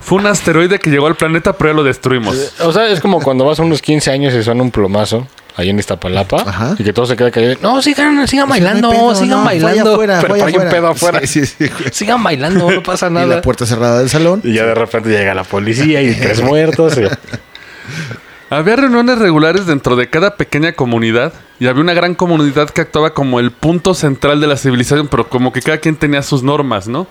B: fue un asteroide que llegó al planeta pero ya lo destruimos.
D: O sea, es como cuando vas a unos 15 años y suena un plomazo ahí en Iztapalapa
E: Ajá. Pues
D: y que todo se queda caído. No, sigan, sigan bailando,
E: No hay pedo,
D: sigan
E: no,
D: bailando.
E: vaya afuera,
D: pero
E: vaya
D: hay un pedo afuera.
E: Sí, sí, sí, güey.
D: Sigan bailando, no pasa
E: Y la
D: nada.
E: puerta cerrada del salón.
D: Y ya de repente llega la policía y <laughs> tres muertos. y-
B: Había reuniones regulares dentro de cada pequeña comunidad y había una gran comunidad que actuaba como el punto central de la civilización, pero como que cada quien tenía sus normas, ¿no?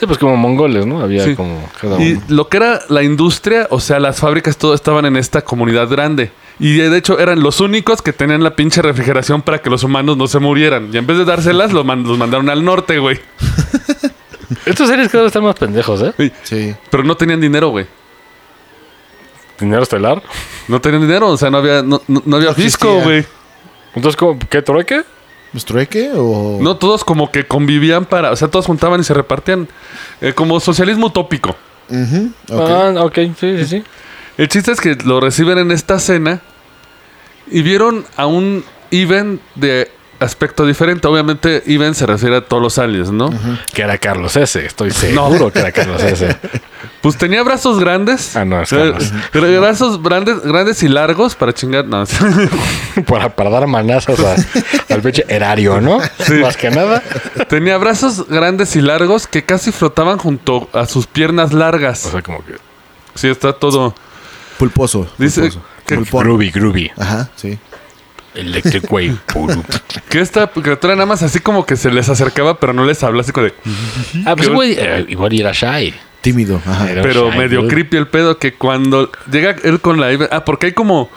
D: Sí, pues como mongoles, ¿no? Había
B: Sí.
D: como cada
B: Y
D: uno.
B: lo que era la industria, o sea, las fábricas, todo estaban en esta comunidad grande. Y de hecho eran los únicos que tenían la pinche refrigeración para que los humanos no se murieran. Y en vez de dárselas, lo man- los mandaron al norte, güey.
D: Estos seres cada vez están más pendejos, ¿eh?
E: Sí.
B: Pero no tenían dinero, güey.
D: Dinero estelar.
B: No tenían dinero, o sea, no había, no, no- no había
E: No
B: fisco,
E: existía.
B: güey.
D: Entonces, ¿cómo? ¿qué trueque?
E: ¿Pues trueque
D: Oh.
E: o.?
B: No, todos como que convivían para, o sea, todos juntaban y se repartían. Eh, como socialismo utópico.
E: Ujú, ok.
D: Ah, ok, sí, sí, sí.
B: El chiste es que lo reciben en esta cena y vieron a un Even de aspecto diferente. Obviamente, Even se refiere a todos los aliens, ¿no?
D: Que era Carlos S. Estoy seguro que era Carlos <laughs> S.
B: Pues tenía brazos grandes.
D: Ah, no, es
B: Eh,
D: Carlos.
B: <laughs> pero Brazos grandes, grandes y largos para chingar. No,
D: para, para dar manazos <laughs> a- al pinche erario, ¿no? Más que nada.
B: <laughs> tenía brazos grandes y largos que casi flotaban junto a sus piernas
D: O
B: largas.
D: sea, como que
B: Sí, está todo.
E: Pulposo.
B: Dice
E: pulposo.
B: que,
E: Pulpón.
D: groovy, groovy.
E: Ajá, sí.
D: Electric Wave. puru.
B: que esta criatura nada más así como que se les acercaba, pero no les hablaba así como de.
D: <laughs> ah, pues güey, eh, igual era Shy.
E: Tímido. Ajá.
D: Era un
B: Pero
D: shy
B: medio
D: dude.
B: creepy el pedo que cuando llega él con la Eve. Ah, porque hay como.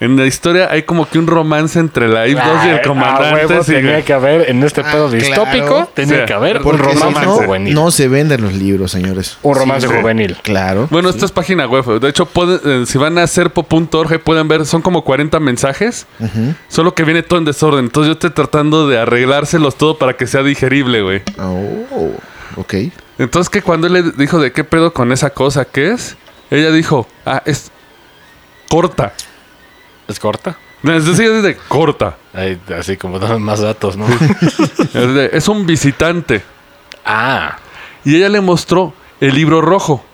B: En la historia hay como que un romance entre la Eve 2 y
D: Ah,
B: el
D: a
B: comandante.
D: huevo
B: sí,
D: tenía
B: güey.
D: que haber en este pedo
E: Ah, claro.
D: distópico, tenía
B: O sea,
D: que haber un
E: Porque si
D: romance
E: no,
D: juvenil.
E: no se venden los libros, señores.
D: un romance
B: sí.
D: juvenil.
E: Claro.
B: Bueno, esta es página web. De hecho, pueden- eh, si van a serpo.org pueden ver, son como 40 mensajes. Solo que viene todo en desorden. Entonces yo estoy tratando de arreglárselos todo para que sea digerible, güey.
E: Oh, ok.
B: Entonces que cuando él le dijo de qué pedo con esa cosa que es, ella dijo, ah, es corta.
D: ¿Es corta?
B: Es decir, es de corta.
D: Ahí, así como <laughs> dan más datos, ¿no?
B: Es de- es un visitante.
D: ah,
B: y ella le mostró el libro rojo.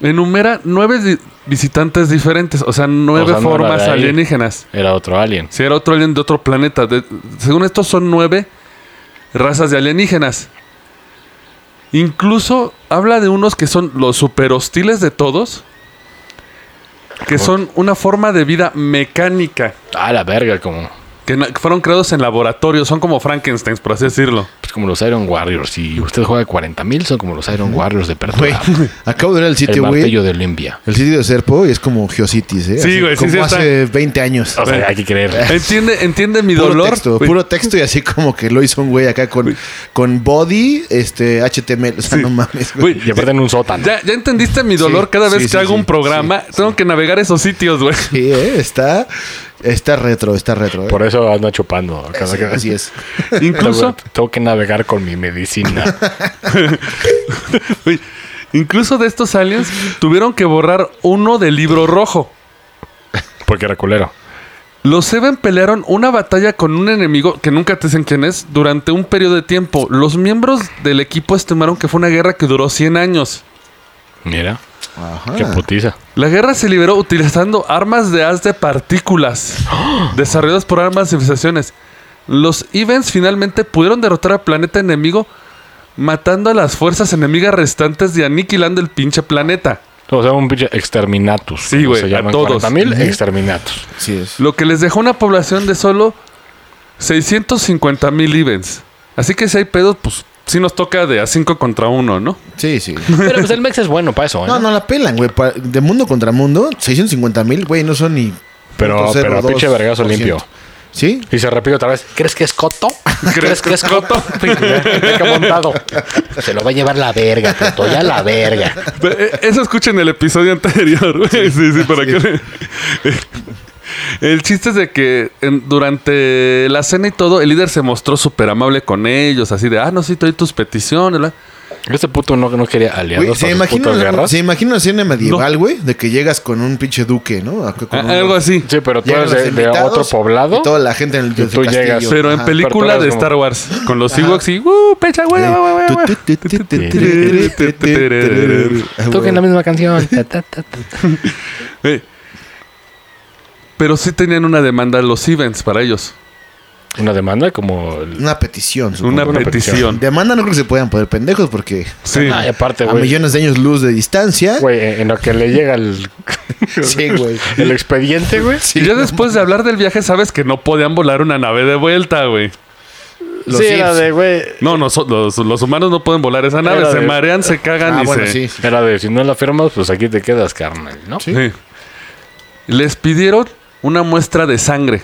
B: Enumera nueve di- visitantes diferentes, o sea, nueve
D: O sea, no era
B: formas
D: de ahí.
B: alienígenas.
D: era otro alien.
B: Si era otro alien de otro planeta. De- según esto, son nueve razas de alienígenas. Incluso habla de unos que son los super hostiles de todos, que son una forma de vida mecánica.
D: Ah, la verga, como.
B: que na- que fueron creados en laboratorio, son como Frankensteins, por así decirlo.
C: <laughs>
D: Pues como los Iron Warriors. Si usted juega 40 mil, son como los Iron Warriors de <laughs>
C: Güey,
D: Perturbado.
C: acabo de ver el
D: El
C: sitio, güey.
D: martillo de Olimpia.
C: El sitio de Serpo y es como Geocities, ¿eh?
B: Sí,
C: Así
B: güey, sí,
C: Como
B: sí está.
C: hace 20 años.
D: O sea, hay que creer.
B: Entiende, entiende mi
C: Puro
B: dolor.
C: texto,
B: Güey,
C: puro texto y así como que lo hizo un güey acá con, con body, este, HTML. O sea, no mames, <laughs> güey.
B: güey,
D: <laughs> Y aparte en un sótano.
B: ya, ya entendiste mi dolor
C: Sí,
B: cada
C: sí,
B: vez que
C: sí,
B: hago
C: sí,
B: un programa. tengo que navegar esos sitios,
C: <laughs>
B: güey.
C: Sí, ¿eh? está, está retro, está retro. ¿eh?
D: Por eso anda chupando. cada
C: Sí,
D: que-
C: así es. Ah,
B: Incluso,
D: Tengo que navegar con mi medicina.
B: güey, incluso de estos aliens tuvieron que borrar uno del libro rojo.
D: Porque era culero.
B: Los Seven pelearon una batalla con un enemigo que nunca te dicen quién es durante un periodo de tiempo. Los miembros del equipo estimaron que fue una guerra que duró 100 años.
D: Mira,
C: Ajá.
D: qué putiza.
B: La guerra se liberó utilizando armas de haz de partículas <gasps> desarrolladas por armas civilizaciones. Los Events finalmente pudieron derrotar al planeta enemigo matando a las fuerzas enemigas restantes y aniquilando el pinche planeta.
D: O sea, un pinche exterminatus.
B: Sí,
D: como
B: güey,
D: Se
B: a
D: llaman
B: todos.
D: 40.000
C: Ujú.
D: exterminatus.
C: Así es.
B: Lo que les dejó una población de solo 650 mil Events. Así que si hay pedos, pues sí nos toca de a 5 contra 1, ¿no?
C: Sí, sí.
D: Pero pues el Mex es bueno para eso, ¿eh?
C: No, no la pelan, güey. Pa- De mundo contra mundo, 650 mil, güey, no son ni.
D: Pero,
C: punto cero
D: pero
C: dos
D: pinche vergazo
C: por
D: limpio.
C: ciento. ¿Sí?
D: Y se repite otra vez. ¿Crees que es coto?
B: ¿Crees que es coto? <laughs>
D: Qué montado. Se lo va a llevar la verga, puto. Ya la verga.
B: Eh, Eso escuchen el episodio anterior. güey. Sí, sí, para que. <laughs> El chiste es de que en- durante la cena y todo, el líder se mostró súper amable con ellos, así de, ah, no, sí, te doy tus peticiones. bla".
D: Este puto no, no quería aliados
C: Güey, se,
D: para sus
C: imagina
D: putas
C: una,
D: guerras.
C: se imagina una escena medieval, güey, de que llegas con un pinche duque, ¿no? Acá con
B: Ah,
C: un-
B: algo así.
D: Sí, pero tú
C: llegan
D: eres
C: los
D: de, de
C: invitados
D: otro poblado.
C: Y toda la gente en el,
D: y tú
C: castillo.
D: llegas.
B: Pero en
C: Ajá.
B: película
D: Pero tú
B: de
D: eres como-
B: Star Wars, con los Ewoks y, uh, pecha, güey, güey, güey, güey".
C: Eh, Tu, tu, tu, tu, tu, tu, tu, tu, tu, tu, tu.
D: Toquen la misma canción. Ta, ta, ta, ta.
B: Eh. Pero sí tenían una demanda los Events para ellos.
D: Una demanda como... el-
C: Una petición, supongo.
B: Una,
D: una
B: petición.
C: Demanda no creo que se puedan poner pendejos porque
D: <laughs>
B: Sí.
D: Ah, y aparte,
C: a
D: güey.
C: millones de años luz de distancia.
D: Güey, en lo que le llega el,
C: <laughs> Sí, güey.
D: el expediente, güey.
B: y ya después de hablar del viaje, sabes que no podían volar una nave de vuelta, güey.
C: Los
D: sí, era
C: Sims.
D: de, güey.
B: No, no, so- los, los humanos no pueden volar esa nave.
D: Era
B: Se
D: de-
B: marean, se cagan
C: Ah,
B: y
C: bueno,
B: se...
C: sí. sí.
D: Era de, si no la firmas, pues aquí te quedas, carnal, ¿no?
C: Sí.
B: Sí. Les pidieron una muestra de sangre.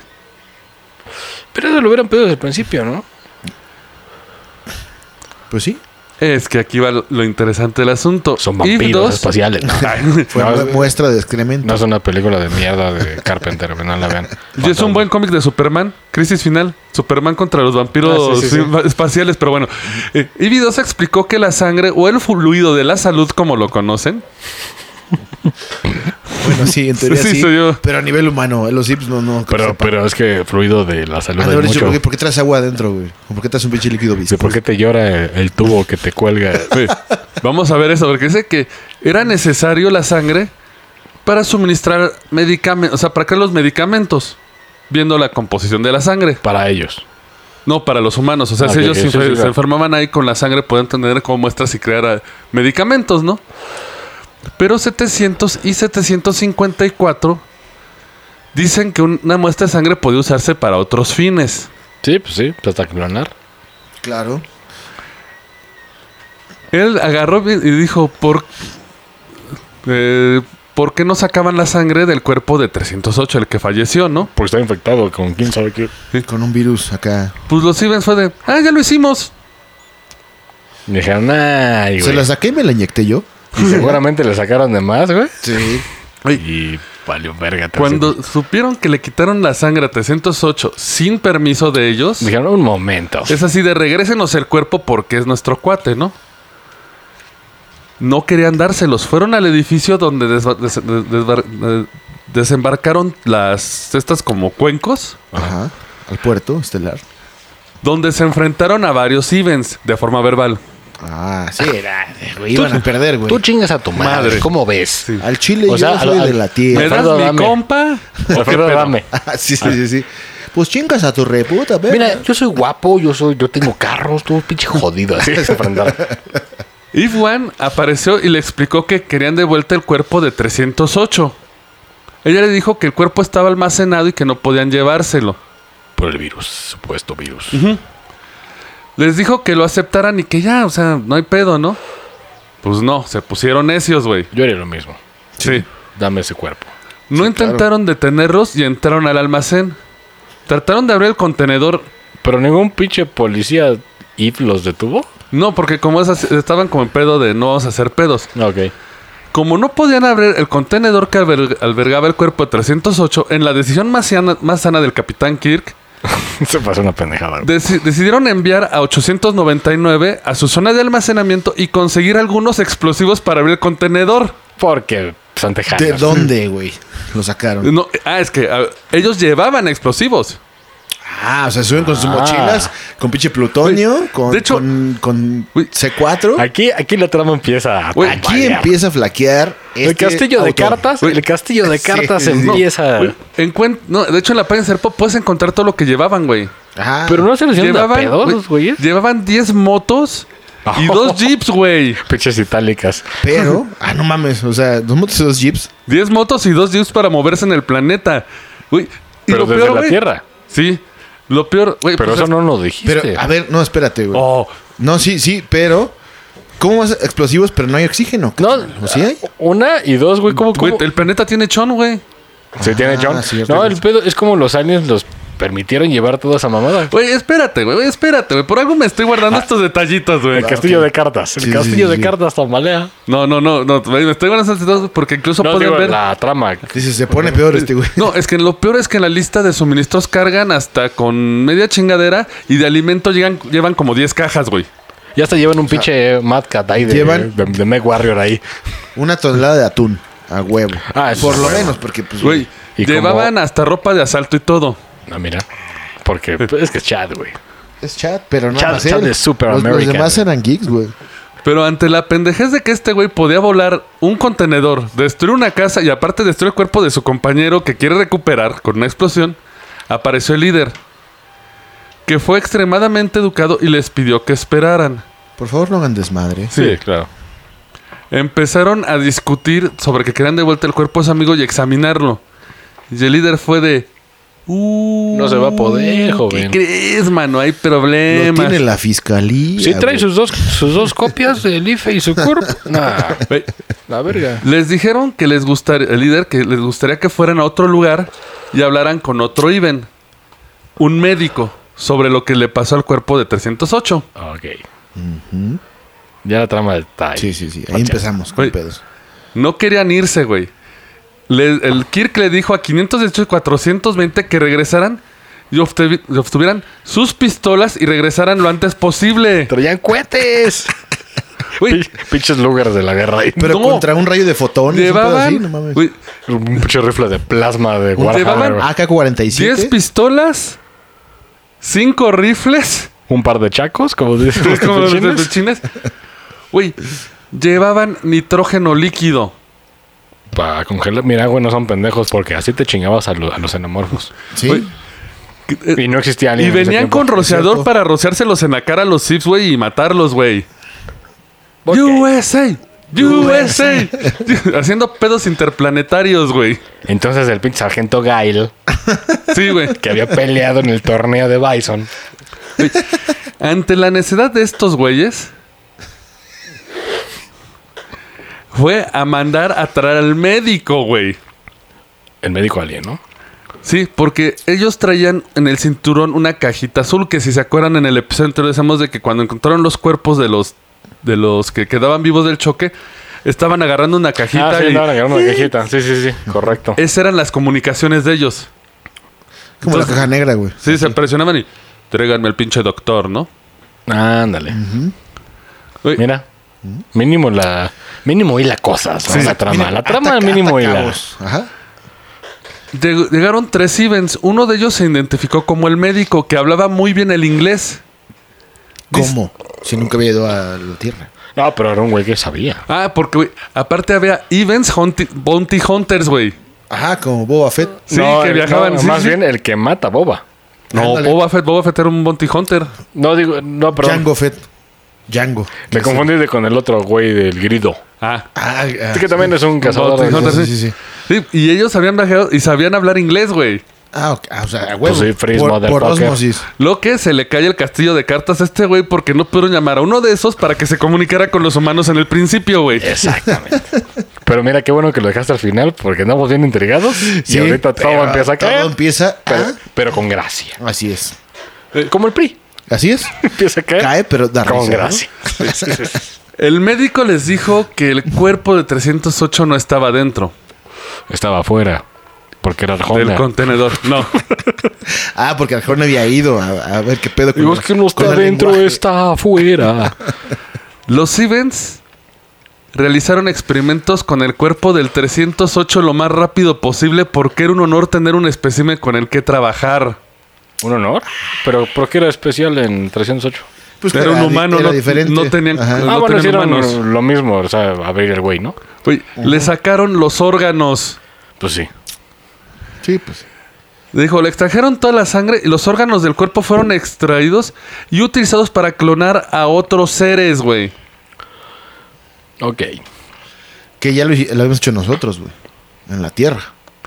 D: Pero eso lo hubieran pedido desde el principio, ¿no?
C: Pues sí.
B: Es que aquí va lo lo interesante del asunto.
D: Son
B: If
D: vampiros
B: dos-
D: espaciales. ¿no?
B: <laughs> Ay,
C: <laughs> Fue
D: No,
C: una
D: es-
C: muestra de excremento.
D: No es una película de mierda de Carpenter, güey, no la vean.
B: y Pues es un buen cómic de Superman. Crisis final. Superman contra los vampiros
D: Ah, sí, sí, sí.
B: va- espaciales. Pero bueno, eh, Ivy 2 explicó que la sangre o el fluido de la salud, como lo conocen,
C: Bueno, sí,
B: <laughs>
C: en teoría
B: Sí,
C: sí.
B: sí, soy yo.
C: Pero a nivel humano, eh, los Sims no, no.
D: Pero, pero es que fluido de la salud
C: Han Ah, de
D: hay
C: haber dicho,
D: mucho.
C: ¿por qué, por qué traes agua adentro, güey? ¿O por qué traes un pinche líquido
D: Sí,
C: viscoso?
D: ¿Por qué te llora el, el tubo que te cuelga?
C: <laughs>
D: <laughs>
B: Sí. Vamos a ver eso, porque dice que era necesario la sangre para suministrar medicamentos, o sea, para crear los medicamentos, viendo la composición de la sangre,
D: Para ellos.
B: no para los humanos. O sea,
D: Ah,
B: si
D: ok,
B: ellos
D: ok, sí,
B: se,
D: sí,
B: se
D: claro.
B: enfermaban ahí con la sangre, pueden tener como muestras y crear ah, medicamentos, ¿no? Pero 700 y 754 dicen que un- una muestra de sangre podía usarse para otros fines.
D: Sí, pues sí, pues hasta clonar.
C: Claro.
B: Él agarró y dijo, ¿por, eh, ¿por qué no sacaban la sangre del cuerpo de 308, el que falleció, no?
D: Porque está infectado con quién sabe qué.
C: Con un virus acá.
B: Pues los Ivens fue de, ah, ya lo hicimos.
D: Y dijeron, ay,
C: Se
D: güey.
C: la saqué y me la inyecté yo.
D: Y seguramente le sacaron de más, güey.
C: Sí.
D: Y valió verga. te
B: Cuando supieron que le quitaron la sangre a 308 sin permiso de ellos,
D: hacen- Dijeron, un momento.
B: es así de, regrésenos el cuerpo porque es nuestro cuate, ¿no? No querían dárselos. Fueron al edificio donde desba- des- des- desbar- eh, desembarcaron las estas como cuencos.
C: Ajá. Al puerto estelar.
B: donde se enfrentaron a varios Evens de forma verbal.
C: Ah, sí. Era, güey, iban a perder, güey.
D: Tú chingas a tu madre.
B: Madre.
D: ¿Cómo ves?
B: Sí.
C: Al chile
D: O sea,
C: yo soy
D: al- al-
C: de la
B: ¿Me
C: tierra.
B: das
D: Alfredo
B: mi
D: Adame.
B: compa? ¿O qué
D: Alfredo
B: pedo?
D: Adame.
C: Ah, sí, sí, sí, sí. Pues chingas a tu reputa, güey.
D: Mira, yo soy guapo, yo soy, yo tengo carros, tú pinche jodido. Así es enfrentar.
B: Eve Wan apareció y le explicó que querían de vuelta el cuerpo de 308. Ella le dijo que el cuerpo estaba almacenado y que no podían llevárselo.
D: <laughs> por el virus, supuesto virus.
B: Les dijo que lo aceptaran y que ya, o sea, no hay pedo, ¿no? Pues no, se pusieron necios, güey.
D: Yo haría lo mismo.
B: Sí.
D: Dame ese cuerpo.
B: No intentaron detenerlos y entraron al almacén. Trataron de abrir el contenedor.
D: Pero ningún pinche policía if los detuvo.
B: No, porque como esas- estaban como en pedo de no vamos a hacer pedos.
D: Ok.
B: Como no podían abrir el contenedor que alber- albergaba el cuerpo de 308, en la decisión más sana, más sana del capitán Kirk,
D: <laughs> Se pasó una pendejada. güey.
B: deci- decidieron enviar a 899 a su zona de almacenamiento y conseguir algunos explosivos para abrir el contenedor.
D: Porque son tejanos.
E: ¿De dónde, güey? Lo sacaron.
B: No, ah, es que a- ellos llevaban explosivos.
E: Ah, o sea, suben con sus
D: Ah.
E: mochilas, con pinche plutonio, con,
B: de hecho-
E: con, con
B: Güey.
E: C4.
D: Aquí, aquí la trama empieza a
B: Güey,
E: Aquí
D: tambalear.
E: empieza a flaquear.
D: El
E: este
D: castillo de
E: autor.
D: cartas,
B: Güey.
D: el castillo de
E: Sí,
D: cartas
E: sí, sí.
D: empieza.
B: Güey, encuent- no, de hecho, en la página de Serpo puedes encontrar todo lo que llevaban, güey.
E: Ajá.
D: Pero no se les hicieron de a
B: Llevaban,
D: Pues, pedo
B: Ah, güey,
D: los güeyes.
B: llevaban 10 motos y
D: <laughs>
B: dos jeeps, güey.
D: Pinches itálicas.
E: Pero, ah, no mames, o sea, dos motos y dos jeeps.
B: 10 motos y dos jeeps para moverse en el planeta. Güey. y
D: Pero
B: lo
D: desde
B: peor,
D: la
B: güey,
D: tierra.
B: Sí. Lo peor, güey.
D: Pero
B: pues
D: eso
B: es-
D: no lo dijiste.
E: Pero, a ver, no, espérate, güey.
B: Oh,
E: No, sí, sí, pero. ¿Cómo vas a explosivos, pero no hay oxígeno?
D: No,
E: carnal? ¿O sí hay?
D: Una y dos, güey, ¿cómo,
B: güey,
D: cómo?
B: el planeta tiene chon, güey.
D: Se tiene
E: Ah,
D: John.
E: cierto,
D: no, el
E: cierto.
D: pedo es como los aliens los permitieron llevar toda esa mamada.
B: Güey, espérate, güey, espérate, güey. Por algo me estoy
D: Ah.
B: guardando estos detallitos, güey.
D: Pues, El castillo de cartas. Ah, El
E: Sí, sí,
D: castillo
E: sí,
D: de
E: sí.
D: cartas tambalea.
B: No, no, no, no, güey, me estoy guardando estos detallitos porque incluso
D: No,
B: pueden
D: digo,
B: ver.
D: la trama.
E: Dice, se pone peor
B: <laughs>
E: este, güey.
B: No, es que lo peor es que en la lista de suministros cargan hasta con media chingadera y de alimento llegan, llevan como 10 cajas, güey.
D: Ya hasta llevan un pinche Mad Cat ahí de,
E: llevan-
D: de, de Meg Warrior ahí.
E: Una tonelada de atún a huevo.
D: Ah, eso
E: Por
D: es
E: lo
D: huevo.
E: menos, porque, pues,
B: Güey,
D: Y
B: llevaban
D: como-
B: hasta ropa de asalto y todo.
D: Ah, mira. Porque pues, es que es Chad, güey.
E: es chat, pero no
D: Chad-
E: más
D: Chad
E: él.
D: es super
E: los, los
D: American.
E: demás eran geeks, güey.
B: Pero ante la pendejez de que este güey podía volar un contenedor, destruir una casa y aparte destruir el cuerpo de su compañero que quiere recuperar con una explosión, apareció el líder, que fue extremadamente educado y les pidió que esperaran.
E: Por favor, no hagan desmadre.
B: Sí,
D: claro.
B: Empezaron a discutir sobre que querían de vuelta el cuerpo a su amigo y examinarlo. Y el líder fue de... "Uh,
D: No se va a poder,
B: ¿Qué
D: joven."
B: crees, mano? Hay
E: Lo
B: problemas.
E: tiene la fiscalía.
D: Sí, trae
E: güey.
D: sus dos, sus dos copias del IFE y su CURP. Nah,
B: Güey,
D: la verga.
B: Les dijeron que les gustaría, el líder, que les gustaría que fueran a otro lugar y hablaran con otro Iben, un médico, sobre lo que le pasó al cuerpo de 308.
D: Ok. Ya la trama está ahí.
E: Sí, sí, sí. Ahí empezamos con
B: Güey.
E: pedos.
B: No querían irse, güey. Le- el Kirk le dijo a 518 y 420 que regresaran y obte- y obtuvieran sus pistolas y regresaran lo antes posible. <laughs>
D: Traían cohetes.
B: Güey,
D: Pinches lugares de la guerra ahí.
E: Pero
B: No.
E: contra un rayo de fotones. un pedo así, no
B: llevaban,
E: mames.
B: güey,
D: Un pinche rifle de plasma de
B: Llevaban-
D: Warhammer. güey.
B: ¿10
E: AK-47.
B: pistolas? ¿5
E: <laughs>
B: rifles?
D: Un par de chacos, como dicen los
B: Es <laughs> como los
D: capuchinos.
B: capuchines. Güey, llevaban nitrógeno líquido.
D: Para congelar. Mira, güey, no son pendejos porque así te chingabas a, lo- a los xenomorfos.
E: Sí.
B: Güey.
D: Y no existía
B: Y
D: alguien.
B: venían con rociador para rociárselos en la cara a los Sips, güey, y matarlos, güey. USA, USA. <laughs> Haciendo pedos interplanetarios, güey.
D: Entonces el pinche sargento Gail,
B: Sí, güey.
D: que había peleado en el torneo de Bison.
B: Güey, Ante la necesidad de estos güeyes, fue a mandar a traer al médico, güey.
D: El médico alien, ¿no?
B: Sí, porque ellos traían en el cinturón una cajita azul que si se acuerdan en el episodio anterior decíamos de que cuando encontraron los cuerpos de los de los que quedaban vivos del choque estaban agarrando una cajita
D: Ah, sí,
B: y
D: andaban agarrando la cajita. Sí, sí, sí. Correcto.
B: esas eran las comunicaciones de ellos.
E: Como la
B: Entonces-
E: caja negra, güey.
B: Sí, se presionaban y tráiganme al pinche doctor, ¿no?
D: Ándale.
B: Güey,
D: Mira. Mínimo la. Mínimo hila cosas, ¿no? la trama. la trama
E: Ataca-
D: mínimo hila.
E: atacabos. Ajá.
B: lleg- llegaron tres Ivens, uno de ellos se identificó como el médico que hablaba muy bien el inglés.
E: ¿Cómo? Si nunca había ido a la tierra.
D: No, pero era un güey que sabía.
B: Ah, porque güey, aparte había Ivens hunti- Bounty Hunters, güey.
E: Ajá, como Boba Fett.
B: Sí,
D: No,
B: que
D: el-
B: viajaban.
D: no,
B: sí,
D: más
B: sí.
D: bien el que mata a Boba.
B: No,
E: Ándale.
B: Boba Fett, Boba Fett era un Bounty Hunter.
D: No, digo, no, perdón.
E: Django Fett. Django.
D: Me confundí de- con el otro güey del grido.
B: Ah.
E: Ah, ah,
D: Así que también es un cazador.
B: Bounty
D: de-
B: Hunter,
E: sí, sí, sí.
B: Sí, y ellos habían viajado y sabían hablar inglés, güey.
C: Ah, ok. Ah, o sea, a huevo.
D: Pues sí, freeze,
C: por, por
D: motherfucker.
C: osmosis.
B: Lo que se le cae el castillo de cartas a este güey porque no pudieron llamar a uno de esos para que se comunicara con los humanos en el principio, güey.
D: Exactamente. Pero mira, qué bueno que lo dejaste al final porque andamos bien intrigados y
C: Sí,
D: ahorita todo
C: pero
D: empieza a caer.
C: Todo empieza.
D: pero,
C: ah,
D: pero con gracia.
C: así es.
D: Eh, Como el PRI.
C: Así es.
D: <laughs> Empieza a caer.
C: Cae, pero da
D: con
C: risa, ¿no?
D: gracia.
B: El médico les dijo que el cuerpo de 308 no estaba dentro
D: Estaba afuera porque era
B: del
D: Arjona.
B: contenedor. No.
C: Ah, porque Arjona había ido a, a ver qué pedo
D: Digo, es que no
C: con
D: está
C: el
D: dentro,
C: lenguaje.
D: está afuera.
B: Los Evans realizaron experimentos con el cuerpo del 308 lo más rápido posible porque era un honor tener un espécimen con el que trabajar.
D: <laughs> Un honor. Pero ¿por qué era especial en 308?
C: Pues que
B: Era un humano,
C: era
B: no-
C: diferente.
B: no tenían-
C: Ajá.
B: No
D: ah, bueno,
B: tenían
D: hicieron
B: humanos.
D: lo mismo, o sea, abrir el güey, ¿no?
B: Oye, Le sacaron los órganos.
D: Pues sí.
C: <laughs> Sí, pues.
B: Dijo, le extrajeron toda la sangre y los órganos del cuerpo fueron extraídos y utilizados para clonar a otros seres, güey.
D: Ok.
C: Que ya lo, hi- lo habíamos hecho nosotros, güey. En la tierra.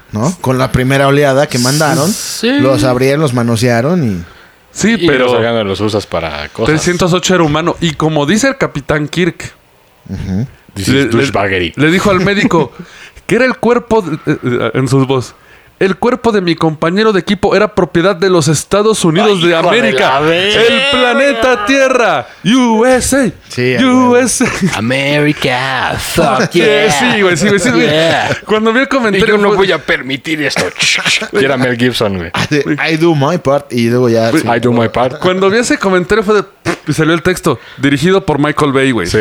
C: ¿No? Con la primera oleada que mandaron.
D: Sí.
C: Los abrieron, los
E: <laughs>
C: manosearon
B: Sí,
D: Y
B: pero
D: los órganos los usas para cosas.
B: 308 era humano. Y como dice el capitán Kirk,
D: Dices,
B: le-
D: douchebaggery.
B: le dijo al médico que era el cuerpo, de- eh, eh, en sus voz, el cuerpo de mi compañero de equipo era propiedad de los Estados Unidos
D: Ay,
B: de
D: hijo de
B: América,
D: la verga.
B: el planeta Tierra, USA,
C: Sí, a huevo.
B: USA.
D: America, fuck yeah.
B: Sí, güey, sí, güey, sí, güey.
D: Yeah.
B: Cuando vi el
D: Y
B: comentario,
D: yo no
B: fue-
D: voy a permitir esto. <laughs> y era Mel Gibson, güey.
C: y. I do my part. Y luego ya. sí.
D: I do my part.
B: Cuando vi ese comentario fue de... Y salió el texto, dirigido por Michael Bay, güey. Sí.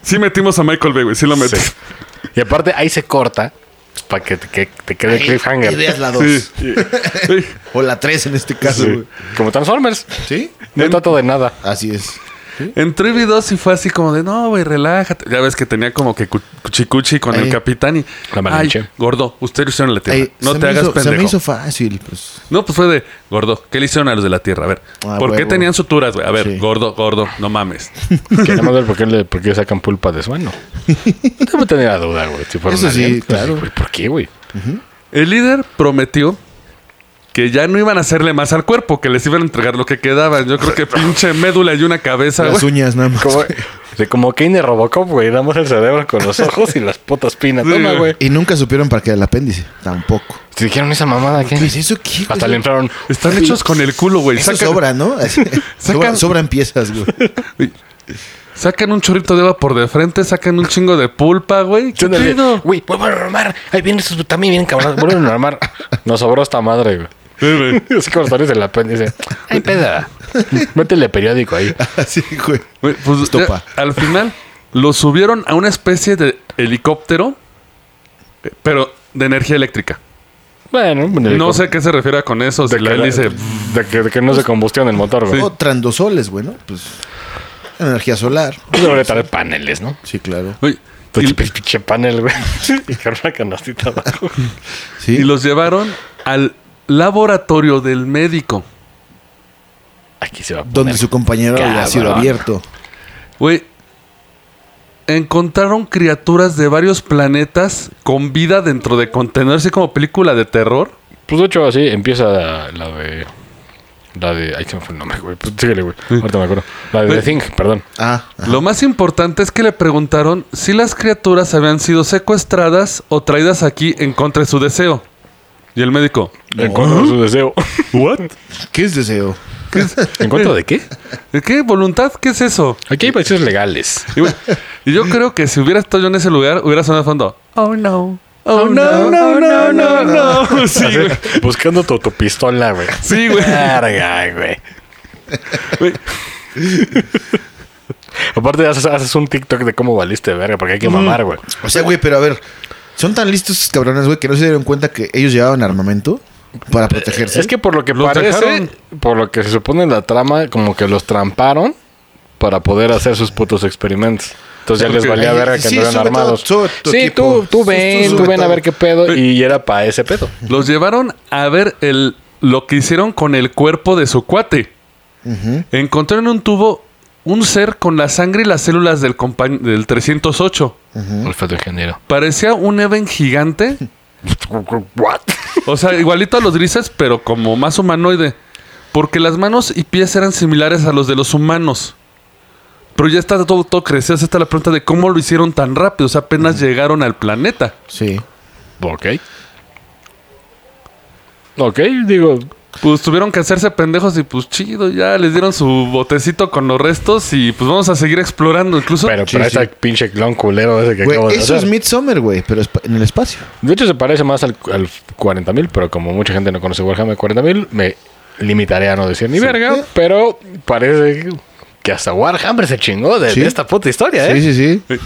D: Sí, güey.
B: metimos a Michael Bay, güey. Sí lo metimos.
D: Sí. Y aparte ahí se corta para que te, que te quede
C: Ahí
D: cliffhanger.
C: Ideas la 2.
B: Sí. Sí.
C: O la 3 en este caso,
D: Sí.
C: güey.
D: Como Transformers.
C: Sí.
B: Em.
D: No trato de nada.
C: Así es.
B: Entró y vi dos y fue así como de, no, güey, relájate. Ya ves que tenía como que cu- cuchicuchi con el
C: Ay.
B: capitán y...
D: La malinche.
B: Ay, gordo, usted lo hicieron a la tierra.
C: Ey,
B: no
C: se
B: te
C: me
B: hagas
C: hizo- Se
B: pendejo.
C: me hizo fácil, pues.
B: No, pues fue de, gordo, ¿qué le hicieron a los de la tierra? A ver,
C: Ah,
B: ¿por qué
C: huevo.
B: tenían suturas, güey? A ver,
C: Sí.
B: gordo, gordo, no mames.
D: Queremos ver por qué, le, por qué sacan pulpa
B: <laughs>
D: de su ano. Debo tener la duda, güey. Si fuera
C: Eso
D: un
C: sí,
D: alien. Pues,
C: claro.
D: güey, ¿Por
B: <laughs>
D: qué, güey?
B: El líder prometió que ya no iban a hacerle más al cuerpo, que les iban a entregar lo que quedaba. Yo creo que pinche médula y una cabeza,
C: Las
B: güey.
C: uñas nada más.
D: Como, o sea, como Kane de Robocop, güey. Damos el cerebro con los ojos y las potas pinas.
B: Sí,
D: Toma,
B: güey.
D: güey.
C: Y nunca supieron para qué era el apéndice. Tampoco.
D: Te dijeron esa mamada, ¿qué?
C: ¿Qué es eso? ¿Qué?
D: Hasta le inflaron.
B: Están hechos con el culo, güey.
C: Eso
B: Sacan,
C: sobra, ¿no?
D: <laughs>
C: Así-
B: Sacan-
C: sobra- sobran piezas, güey.
B: sacan un chorrito de agua por de frente, sacan un chingo de pulpa, güey. ¿Qué
D: Ándale,
B: pedo?
D: Güey, vuelvo a armar. Ahí vienen sus también vienen cabrones. Vuelven a armar. Nos sobró esta madre, güey.
B: Sí, güey.
D: Así como sales del apéndice. Ay, peda. Métele periódico ahí.
C: Así, güey.
B: Güey, pues, ya,
C: Estopa.
B: al final lo subieron a una especie de helicóptero, eh, pero de energía eléctrica.
D: Bueno,
B: No sé a qué se refiere con eso. Si
D: De
B: la
D: que,
B: hélice.
D: de que- de que no se combustión el motor, güey.
C: O trandosoles, güey, ¿no? Pues energía solar.
D: Sobre tal de paneles, ¿no? Pues,
C: Sí, claro.
B: Güey,
D: Pinche
B: y-
D: pinche panel, güey. <laughs> Y con una canastita abajo.
C: Sí.
B: y los llevaron al laboratorio del médico.
D: Aquí se va a poner.
C: Donde su compañero había sido
D: Cabrón.
C: abierto.
B: Güey, encontraron criaturas de varios planetas con vida dentro de contenedores, así como película de terror.
D: Pues de hecho, así empieza la, la de. La de. Ahí se me fue el nombre, güey. Pues síguele, güey. Ahorita me acuerdo. La de The Thing, perdón.
C: Ah, ah,
B: Lo más importante es que le preguntaron si las criaturas habían sido secuestradas o traídas aquí en contra de su deseo. Y el médico,
D: En contra de su deseo.
B: ¿what?
C: ¿qué es deseo?
D: ¿En contra de qué?
B: ¿Qué voluntad? ¿Qué es eso?
D: Aquí hay países legales.
B: Y, güey, y yo creo que si hubiera estado yo en ese lugar, hubiera sonado de fondo. Oh no. Oh, no, no, no, no, no. <laughs> Sí,
D: Así,
B: güey.
D: buscando tu autopistola, güey.
B: Sí, güey.
D: Verga, güey.
B: Güey,
D: Aparte, haces, haces un TikTok de cómo valiste, verga, porque hay que mamar, güey.
C: O sea, güey, pero a ver, son tan listos esos cabrones, güey, que no se dieron cuenta que ellos llevaban armamento para protegerse.
D: Es que por lo que
B: Los
D: parece,
B: dejaron.
D: por lo que se supone la trama, como que los tramparon para poder hacer sus putos experimentos. Entonces ya
B: Porque
D: les valía
C: ahí-
D: verga que
C: sí,
D: anduvieran
C: sobre todo,
D: armados.
C: sobre tu
D: sí,
C: equipo.
D: tú, tú
C: Sí, tú
D: ven, tú
C: sobre
D: ven a
C: todo.
D: ver qué pedo. Y era para ese pedo.
B: los llevaron a ver el, lo que hicieron con el cuerpo de su cuate. Encontraron en un tubo un ser con la sangre y las células del, compañ- del 308.
D: Olfato ingeniero.
B: Parecía un Even gigante
D: What?
B: O sea, igualito a los grises, pero como más humanoide. Porque las manos y pies eran similares a los de los humanos. Pero ya está todo, todo crecido. Esa está la pregunta de cómo lo hicieron tan rápido. O sea, apenas llegaron al planeta.
C: Sí.
D: Ok. Ok, digo.
B: Pues tuvieron que hacerse pendejos y pues chido, ya les dieron su botecito con los restos y pues vamos a seguir explorando. Incluso
D: Pero
C: Sí,
D: para
C: sí.
D: ese pinche clon culero ese que
C: Güey,
D: acabo de
C: eso
D: hacer.
C: es Midsummer, güey, pero es pa- en el espacio.
D: De hecho, se parece más al, al 40.000, pero como mucha gente no conoce Warhammer 40.000, me limitaré a no decir ni verga, pero parece que hasta Warhammer se chingó de,
C: Sí.
D: de esta puta historia, ¿eh?
C: Sí, sí, sí.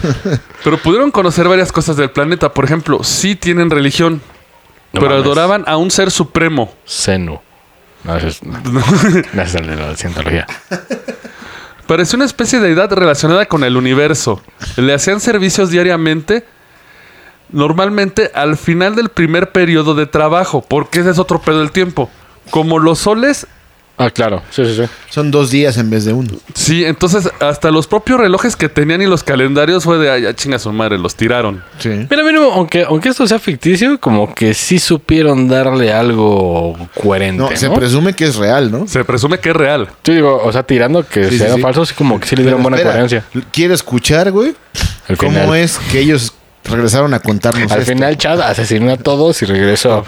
B: Pero pudieron conocer varias cosas del planeta. Por ejemplo, sí tienen religión,
D: No
B: pero
D: mames.
B: adoraban a un ser supremo.
D: Zenu. No,
C: <laughs>
D: ese es, no, ese es el de la cientología.
B: Parecía una especie de edad relacionada con el universo. Le hacían servicios diariamente, normalmente al final del primer periodo de trabajo, porque ese es otro pedo del tiempo. Como los soles,
D: Ah, claro. Sí, sí, sí.
C: Son dos días en vez de uno.
B: sí, entonces hasta los propios relojes que tenían y los calendarios fue de, ay, ya chinga su madre, los tiraron.
C: Sí.
D: Mira, mínimo, aunque, aunque esto sea ficticio, como que sí supieron darle algo coherente,
C: No,
D: ¿no?
C: se presume que es real, ¿no?
B: Se presume que es real.
D: Sí, digo, o sea, tirando que
C: Sí, sí,
D: se hagan
C: sí.
D: falsos, como que sí le
C: Pero
D: dieron buena
C: espera,
D: coherencia.
C: Quiero escuchar, güey,
D: Al
C: cómo
D: final.
C: es este. que ellos regresaron a contarnos
D: Al
C: esto.
D: final, Chad asesinó a todos y regresó.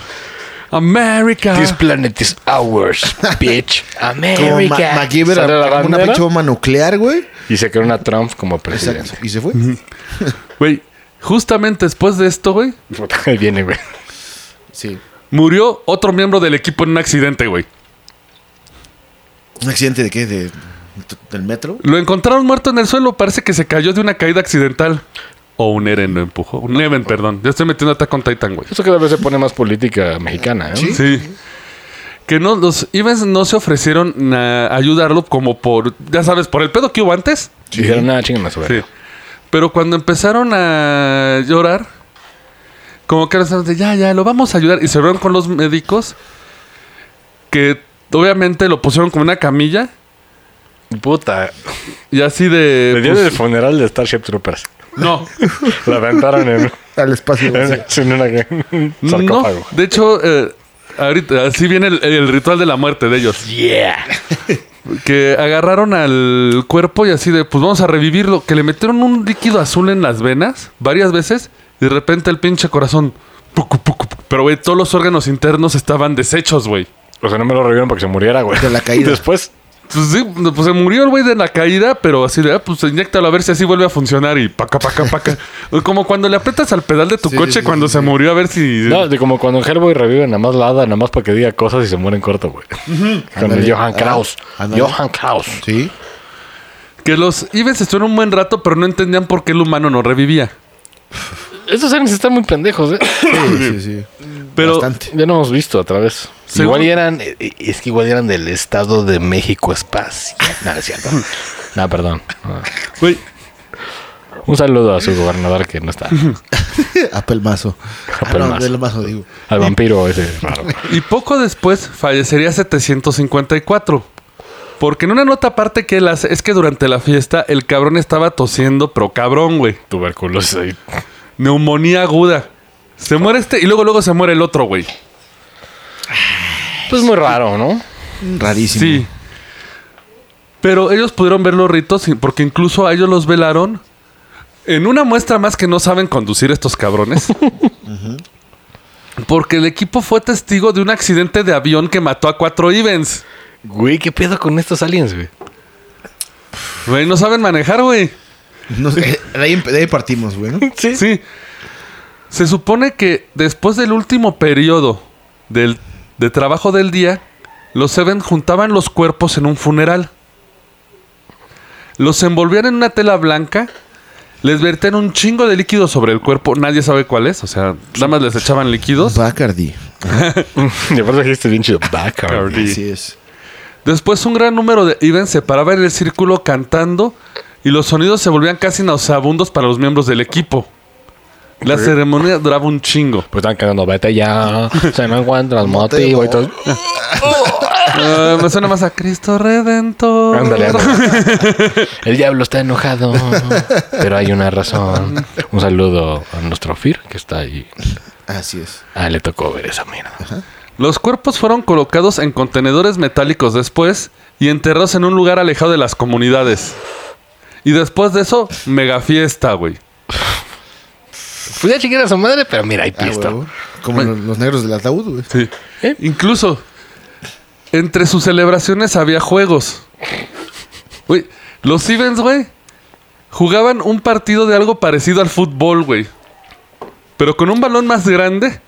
B: America.
D: This planet is
C: <laughs>
D: ours, bitch.
C: Ah. Como Ma-
D: America.
C: MacGyver
D: Sale la
C: armó una
D: bandera
C: pinche bomba nuclear, güey.
D: Y se creó una Trump como
C: Exacto.
D: presidente.
C: Y se fue.
B: Güey, justamente después de esto, güey,
D: Puta, <laughs> ahí viene, güey.
C: Sí.
B: murió otro miembro del equipo en un accidente, güey.
C: ¿Un accidente de qué? ¿De, ¿Del metro?
B: Lo encontraron muerto en el suelo. Parece que se cayó de una caída accidental. O un Eren lo empujó. Un Even, perdón. Yo estoy metiendo Attack on Titan, güey.
D: Eso cada vez se pone más política mexicana, ¿eh?
B: Sí. Que no, los Evans no se ofrecieron a ayudarlo como por, ya sabes, por el pedo que hubo antes.
D: Dijeron, nada, chingan a su
B: Sí.
D: verga".
B: Pero cuando empezaron a llorar, como que empezaron de, ya, ya, lo vamos a ayudar. Y se vieron con los médicos que obviamente lo pusieron como una camilla
D: Puta.
B: y así de...
D: El día
B: pues,
D: del funeral de Starship Troopers.
B: no,
D: La aventaron en,
C: <laughs> Al espacio. güey.
D: en- en una- un
B: No,
D: sarcófago.
B: de hecho, eh, ahorita así viene el, el ritual de la muerte de ellos.
D: Yeah.
B: <laughs> Que agarraron al cuerpo y así de, pues vamos a revivirlo. Que le metieron un líquido azul en las venas varias veces y de repente el pinche corazón. pucu, pucu, pucu. Pero, güey, todos los órganos internos estaban deshechos, güey.
D: O sea, no me lo revivieron para que se muriera, güey.
C: De
D: <laughs>
C: la caída.
D: Después,
B: Pues sí, pues se murió el güey de la caída, pero así de, ah, pues inyectalo a ver si así vuelve a funcionar y paca, paca,
C: <laughs>
B: paca. Como cuando le aprietas al pedal de tu
C: Sí,
B: coche
C: sí,
B: cuando
C: sí,
B: se
C: sí.
B: murió a ver si...
D: No, de como cuando en Hellboy revive nada más la hada, nada más para que diga cosas y se muere en corto, güey. Con el
C: Ándale.
D: Johan
C: Ah,
D: Kraus.
C: ándale.
D: Johan Kraus.
C: Sí.
B: Que los Ivens estuvieron un buen rato, pero no entendían por qué el humano no revivía.
D: Estos aliens están muy pendejos, ¿eh?
C: Sí, sí, sí.
B: Pero
C: Bastante.
D: ya no hemos visto a través.
B: Según-
D: Igual eran, eh, eh, es que igual eran del Estado de México Espacio. No, no es <laughs> cierto. No, perdón. No.
B: Güey,
D: Un saludo a su gobernador que no está.
C: Apelmazo. Ah, no,
D: Apelmazo.
C: del mazo, digo.
D: Al vampiro ese raro.
B: y poco después fallecería 754. Porque en una nota aparte que él hace es que durante la fiesta el cabrón estaba tosiendo, pero cabrón, güey.
D: Tuberculosis.
B: Neumonía aguda. Se muere este y luego luego se muere el otro, güey.
D: Pues muy raro, ¿no?
C: Rarísimo.
B: Sí. Pero ellos pudieron ver los ritos y- porque incluso a ellos los velaron. En una muestra más que no saben conducir estos cabrones. porque el equipo fue testigo de un accidente de avión que mató a cuatro Ivens.
D: Güey, ¿qué pedo con estos aliens, güey?
B: Güey, no saben manejar, güey.
C: No sé, de, ahí, de ahí partimos, güey. ¿no?
D: Sí.
B: Sí. Se supone que después del último periodo del, de trabajo del día, los Seven juntaban los cuerpos en un funeral. Los envolvían en una tela blanca, les vertían un chingo de líquido sobre el cuerpo, nadie sabe cuál es, o sea, nada más les echaban líquidos.
C: Bacardi.
D: <laughs> Y aparte este dijiste bien chido. Bacardi.
C: Así es.
B: Después un gran número de Iben se paraba en el círculo cantando y los sonidos se volvían casi nauseabundos para los miembros del equipo. La ceremonia duraba un chingo.
D: Pues están quedando, vete ya. Se no encuentras motivo y todo.
B: Ah, me suena más a Cristo Redentor.
D: Ándale, ándale. El diablo está enojado, pero hay una razón. Un saludo a nuestro Fir, que está ahí
E: Así es.
D: Ah, le tocó ver esa <laughs> mierda.
B: Los cuerpos fueron colocados en contenedores metálicos después y enterrados en un lugar alejado de las comunidades. Y después de eso, mega fiesta, güey.
D: Pues ya chiquera su madre, pero mira, hay
E: Ah,
D: pista.
E: huevo. Como los, los negros del ataúd, güey.
B: Sí.
D: ¿Eh?
B: Incluso, entre sus celebraciones había juegos. Güey, los Stevens, güey, jugaban un partido de algo parecido al fútbol, güey. Pero con un balón más grande.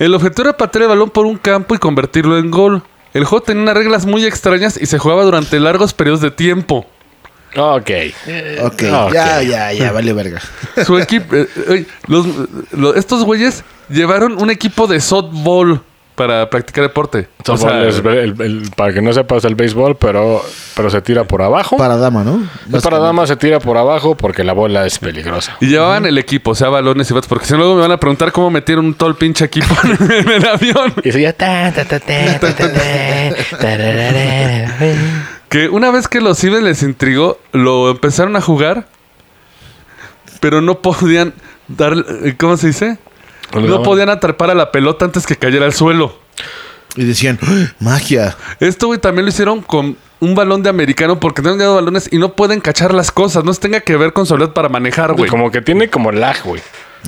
B: El objetivo era patear el balón por un campo y convertirlo en gol. El juego tenía unas reglas muy extrañas y se jugaba durante largos periodos de tiempo.
D: Ok.
E: Ok,
D: ok.
E: ya, ya, ya, vale verga.
B: Su equipo. eh, eh, los- lo- estos güeyes llevaron un equipo de softball para practicar deporte. O sea,
D: Softball es el- el- para que no sepas el béisbol, pero, pero se tira por abajo.
E: Para dama, ¿no?
D: Es para damas se tira por abajo porque la bola es peligrosa.
B: Y llevaban el equipo, o sea, balones y bats, porque si no luego me van a preguntar cómo metieron todo el pinche equipo <laughs> en, el avión.
D: Y se ya ta, ta, ta, ta, ta, ta, ta, tararara.
B: Que una vez que los Cibes les intrigó, lo empezaron a jugar, pero no podían dar, eh, ¿cómo se dice? No podían atrapar a la pelota antes que cayera al suelo.
E: Y decían, ¡Ah! magia.
B: Esto, güey, también lo hicieron con un balón de americano porque no han ganado balones y no pueden cachar las cosas. No se tenga que ver con su habilidad para manejar, güey.
D: Como que tiene como lag, güey.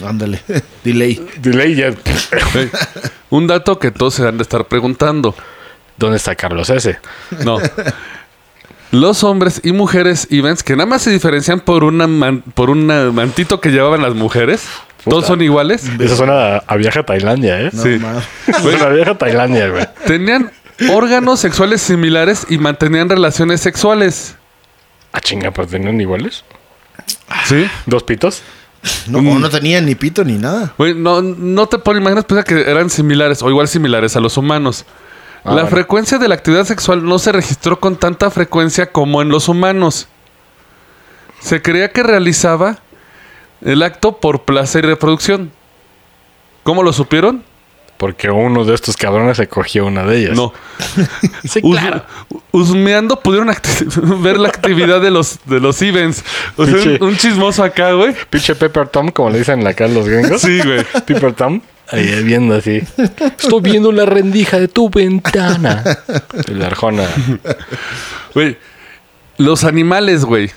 E: Ándale. <laughs> Delay.
D: Delay ya. <laughs>
B: Ey, <laughs> Un dato que todos se han de estar preguntando.
D: ¿Dónde está Carlos ese?
B: No. Los hombres y mujeres Ivens, que nada más se diferencian por, una man- por un mantito que llevaban las mujeres, todos son iguales.
D: Eso suena a, a viaje a Tailandia, ¿eh? <laughs>
E: No,
B: Sí.
E: ma.
D: Suena a viaje a Tailandia, güey.
B: Tenían órganos sexuales similares y mantenían relaciones sexuales.
D: Ah, chinga, pues tenían iguales.
B: Sí.
D: Dos pitos.
E: No, no tenía ni pito ni nada.
B: Güey, no, no te puedo imaginar pensar que eran similares o igual similares a los humanos.
D: Ah,
B: la
D: bueno.
B: frecuencia de la actividad sexual no se registró con tanta frecuencia como en los humanos. Se creía que realizaba el acto por placer y reproducción. ¿Cómo lo supieron?
D: Porque uno de estos cabrones se cogió una de ellas.
B: No.
D: Sí,
B: Us-
D: claro.
B: husmeando pudieron acti- <laughs> ver la actividad de los de los Evens. O sea,
D: Pinche.
B: un, un chismoso acá, güey.
D: Pinche Pepper Tom, como le dicen acá los gringos.
B: Sí, güey.
D: Pepper Tom. Ahí viendo así. Estoy viendo la rendija de tu ventana. La arjona.
B: Güey, Los animales, güey.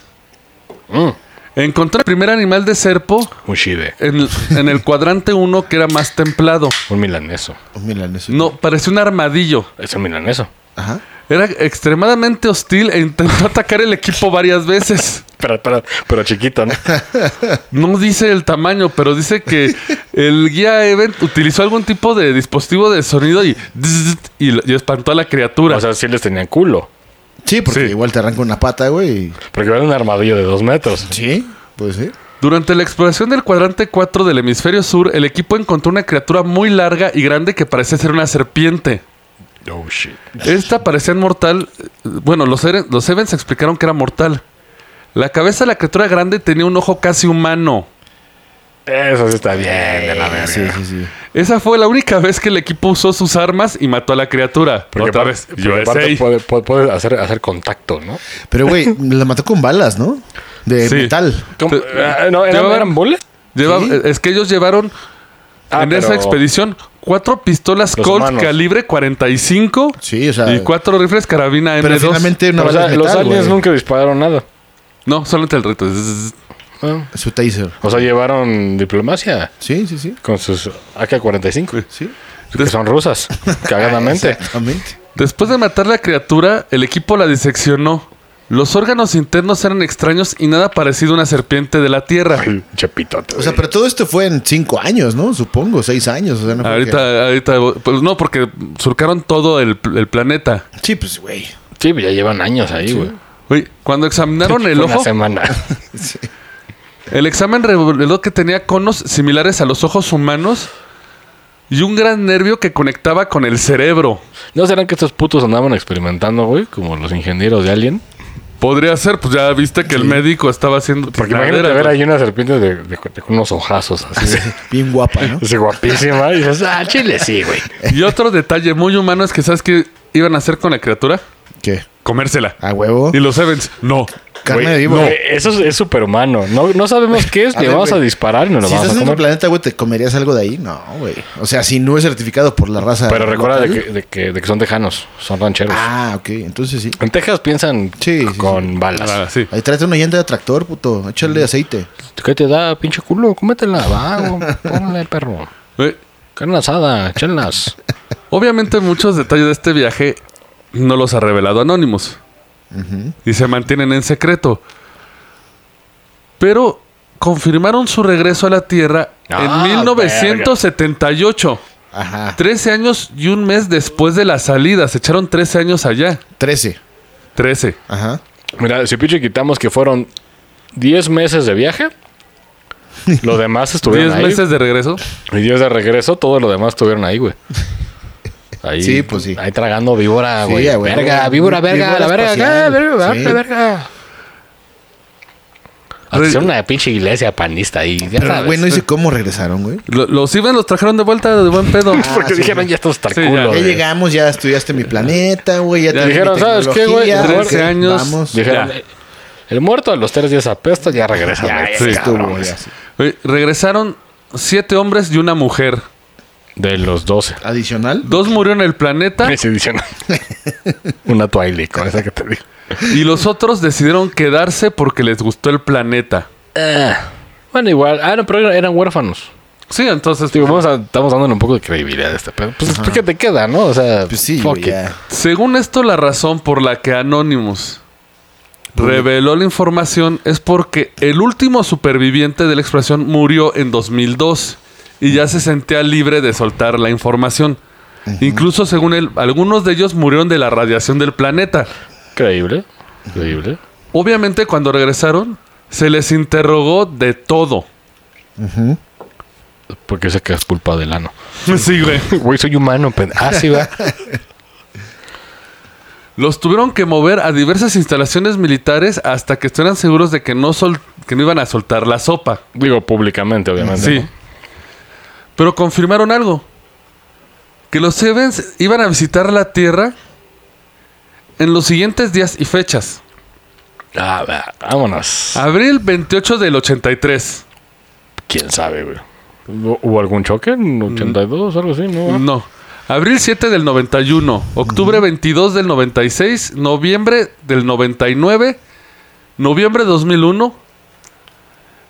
D: Mm,
B: Encontró el primer animal de serpo
D: un shide.
B: en, en el cuadrante 1 que era más templado.
D: Un milaneso.
E: Oh, mira, en eso.
B: No, parecía un armadillo.
D: Es un milaneso.
E: Ajá.
B: Era extremadamente hostil e intentó atacar el equipo varias veces.
D: Pero, pero, pero chiquito, ¿no?
B: No dice el tamaño, pero dice que el guía Event utilizó algún tipo de dispositivo de sonido y, y, lo- y espantó a la criatura.
D: O sea, sí les tenían culo.
E: Sí, porque igual te arranca una pata, güey. y-
D: Porque era un armadillo de dos metros.
E: Sí, pues sí.
B: Durante la exploración del cuadrante 4 del hemisferio sur, el equipo encontró una criatura muy larga y grande que parecía ser una serpiente.
D: Oh, shit.
B: Esta parecía mortal. Bueno, los, Eren- los Evans explicaron que era mortal. La cabeza de la criatura grande tenía un ojo casi humano.
D: Eso sí está bien de la verga.
E: Sí, sí, sí.
B: Esa fue la única vez que el equipo usó sus armas y mató a la criatura.
D: Porque
B: Otra
D: aparte-
B: vez.
D: porque
B: USA.
D: aparte puede, puede- puede hacer, hacer contacto, ¿no?
E: Pero, güey, la mató con balas, ¿no? De
B: Sí.
E: metal.
D: ¿Cómo?
B: Te-
D: Ah, ¿No eran,
B: llevaban-
D: eran bolas?
B: Lleva-
E: ¿Sí?
B: Es que ellos llevaron
D: Ah,
B: en
D: pero-
B: esa expedición cuatro pistolas
D: Los
B: Colt
D: humanos.
B: calibre 45
E: Sí, o sea-
B: y cuatro rifles carabina
E: Pero
B: M2.
E: finalmente
D: Pero,
E: una
D: o
E: bala
D: sea,
E: de
D: los
E: metal,
D: aliens
E: güey.
D: nunca dispararon nada.
B: No, solamente el reto. Zzz.
D: Ah.
E: Su taser.
D: O sea, llevaron diplomacia
E: Sí, sí, sí.
D: con sus AK-45,
E: Sí.
D: que son rusas,
C: <laughs>
D: cagadamente.
E: Exactamente.
B: Después de matar la criatura, el equipo la diseccionó. Los órganos internos eran extraños y nada parecido a una serpiente de la tierra.
D: Chepitote.
E: O sea, pero todo esto fue en cinco años, ¿no? Supongo, seis años. O sea, no fue
B: Ahorita, ahorita, pues no, porque surcaron todo el, el planeta.
E: que- Sí, pues, güey.
D: Sí, pues ya llevan años ahí, güey.
B: Oye, cuando examinaron el
D: Fue
B: ojo,
C: <laughs>
D: Una semana.
B: el examen reveló que tenía conos similares a los ojos humanos y un gran nervio que conectaba con el cerebro.
D: ¿No serán que estos putos andaban experimentando, güey? Como los ingenieros de Alien.
B: Podría ser, pues ya viste que el médico estaba haciendo
D: Porque imagínate
B: tiraderas,
D: ver
B: ¿no?
D: ahí una serpiente de, de- de unos ojazos así.
E: Bien
D: <laughs>
E: guapa, ¿no?
D: Así guapísima. Y dices, ah, chile sí, güey.
B: Y otro detalle muy humano es que ¿sabes qué iban a hacer con la criatura?
E: ¿Qué?
B: Comérsela.
E: ¿A huevo?
B: Y los Evans, no.
C: Carne
D: Güey,
C: de víbora.
D: güey, Eso es, es superhumano. No, no sabemos qué es,
C: A
D: le
C: ver,
D: vamos
C: güey.
D: a disparar y nos lo
C: si
D: vamos
C: estás
D: a
E: este
C: en otro
D: comer.
C: planeta, güey, ¿te comerías algo de ahí? No, güey. O sea, si no es certificado por la raza.
D: Pero recuerda de
C: local.
D: que, de, que, de que son tejanos, son rancheros.
C: Ah, ok. Entonces sí.
D: En Texas piensan
C: Sí, sí,
D: con balas.
B: Ah, sí.
C: Ahí tráete una llanta de tractor, puto.
D: Mm.
C: Échale aceite.
D: ¿Qué te da, pinche culo? Cómetela, vago. Ponle, perro.
B: Eh,
D: Carne asada, chelas.
B: Obviamente muchos detalles de este viaje no los ha revelado Anonymous. Y se mantienen en secreto. Pero confirmaron su regreso a la Tierra
D: Ah,
B: en 1978.
C: Ajá.
B: 13 años y un mes después de la salida. Se echaron 13 años allá.
C: Trece.
B: 13.
C: Ajá.
D: Mira, si pinche quitamos que fueron 10 meses de viaje, lo demás estuvieron
B: 10
D: ahí.
B: meses de regreso.
D: Y 10 de regreso, todo lo demás estuvieron ahí, güey. Ahí,
C: Sí, pues sí.
D: Ahí tragando víbora,
C: Sí,
D: güey.
C: a huevo.
D: verga, víbora, verga,
C: Víbora
D: la verga,
C: espacial.
D: acá, verga,
C: Sí.
D: verga, verga.
B: Re-
D: Hicieron una pinche iglesia panista ahí. Ya
C: Pero,
D: sabes.
C: güey, no dice cómo regresaron, güey.
B: Lo- los iban, los trajeron de vuelta de buen pedo.
D: <laughs>
C: ah,
D: Porque dijeron, ya estamos hasta el
B: Sí, ya.
D: culo.
C: Ya
D: de-
C: llegamos, ya estudiaste mi planeta, güey. Ya, te
D: dijeron, ¿sabes qué, güey?
B: Trece años.
C: Vamos.
B: Ya,
D: Dijeron, "Eh, el muerto a los tres días apesta, ya regresa. güey,
B: sí.
D: cabrón".
C: Estuvo, ya, sí.
B: Oye, Eh, Regresaron 7 hombres y una mujer.
D: De los 12.
C: Adicional.
B: Dos murieron en el planeta.
D: Ese dicen, <laughs> una Twilight, con esa que te digo.
B: Y los otros decidieron quedarse porque les gustó el planeta.
D: Ah, bueno, igual. Ah, no, pero eran, eran huérfanos.
B: Sí, entonces,
D: Digo, vamos a- estamos dándole un poco de credibilidad a este pedo. Pues ¿por qué te queda, ¿no? O sea,
C: Pues sí,
D: fuck
C: güey.
D: it.
C: ya.
B: según esto, la razón por la que Anonymous reveló la información es porque el último superviviente de la exploración murió en 2002 y ya se sentía libre de soltar la información. Incluso, según él, algunos de ellos murieron de la radiación del planeta.
D: Creíble, creíble.
B: Obviamente, cuando regresaron, se les interrogó de todo.
D: Porque sé que es culpa del ano.
B: Sí, güey.
D: <laughs> Güey, soy humano, pende- Ah, sí, va.
B: Los tuvieron que mover a diversas instalaciones militares hasta que estuvieran seguros de que no, sol- que no iban a soltar la sopa.
D: <laughs> Digo, públicamente, obviamente.
B: Sí.
D: ¿no?
B: Pero confirmaron algo. Que los Sevens iban a visitar la Tierra en los siguientes días y fechas.
D: Ah, va, vámonos.
B: Abril 28 del 83.
D: ¿Quién sabe, güey? ¿Hubo hubo algún choque en 82 algo así? No.
B: No. Abril 7 del 91. Octubre 22 del 96. Noviembre del 99. Noviembre 2001.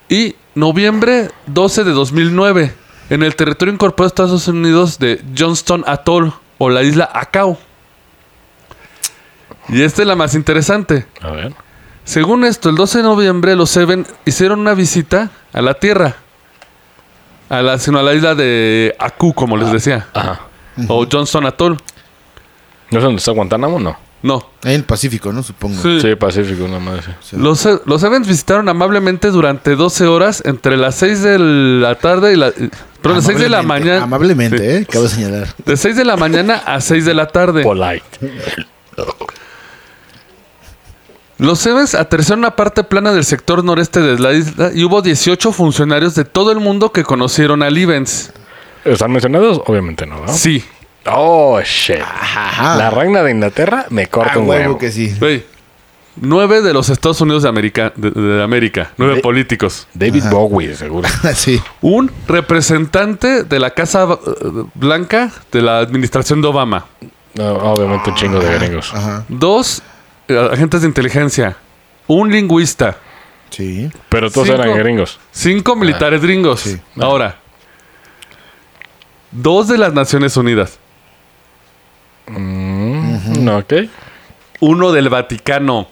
B: Y noviembre 12 de 2009. En el territorio incorporado de Estados Unidos de Johnston Atoll o la isla Acao. Y esta es la más interesante.
D: A ver.
B: Según esto, el 12 de noviembre los Seven hicieron una visita a la Tierra. A la, sino a la isla de Aku, como les decía.
D: Ajá.
B: O Johnson Atoll.
D: ¿No sé dónde está Guantánamo? No.
B: No.
C: Ahí en el Pacífico, ¿no? Supongo.
B: Sí.
D: Sí, Pacífico, nada más. sí.
B: Los, los Evans visitaron amablemente durante 12 horas entre las 6 de la tarde y la... Pero las 6 de la
C: Amablemente,
B: mañana...
C: Amablemente, ¿eh? Acabo de señalar.
B: De 6 de la mañana a 6 de la tarde.
D: Polite.
B: Los Evans aterrizaron una parte plana del sector noreste de la isla y hubo 18 funcionarios de todo el mundo que conocieron a Evans.
D: ¿Están mencionados? Obviamente no, ¿verdad?
B: Sí.
D: Oh, shit.
C: Ajá.
D: La reina de Inglaterra me corta
C: Ah,
D: un
C: huevo
D: huevo.
C: que sí. <laughs>
B: Güey. Nueve de los Estados Unidos de América. De, de América. Nueve
D: De-
B: políticos.
D: David Bowie, seguro.
C: sí.
B: Un representante de la Casa eh, Blanca de la administración de Obama.
D: No, obviamente un chingo de gringos.
C: Ajá.
B: Dos eh, agentes de inteligencia. Un lingüista.
C: Sí.
D: Pero todos
B: Cinco.
D: eran gringos.
B: Cinco militares gringos.
C: sí.
B: Ahora. Dos de las Naciones Unidas.
D: Mm, no, ok.
B: Uno del Vaticano.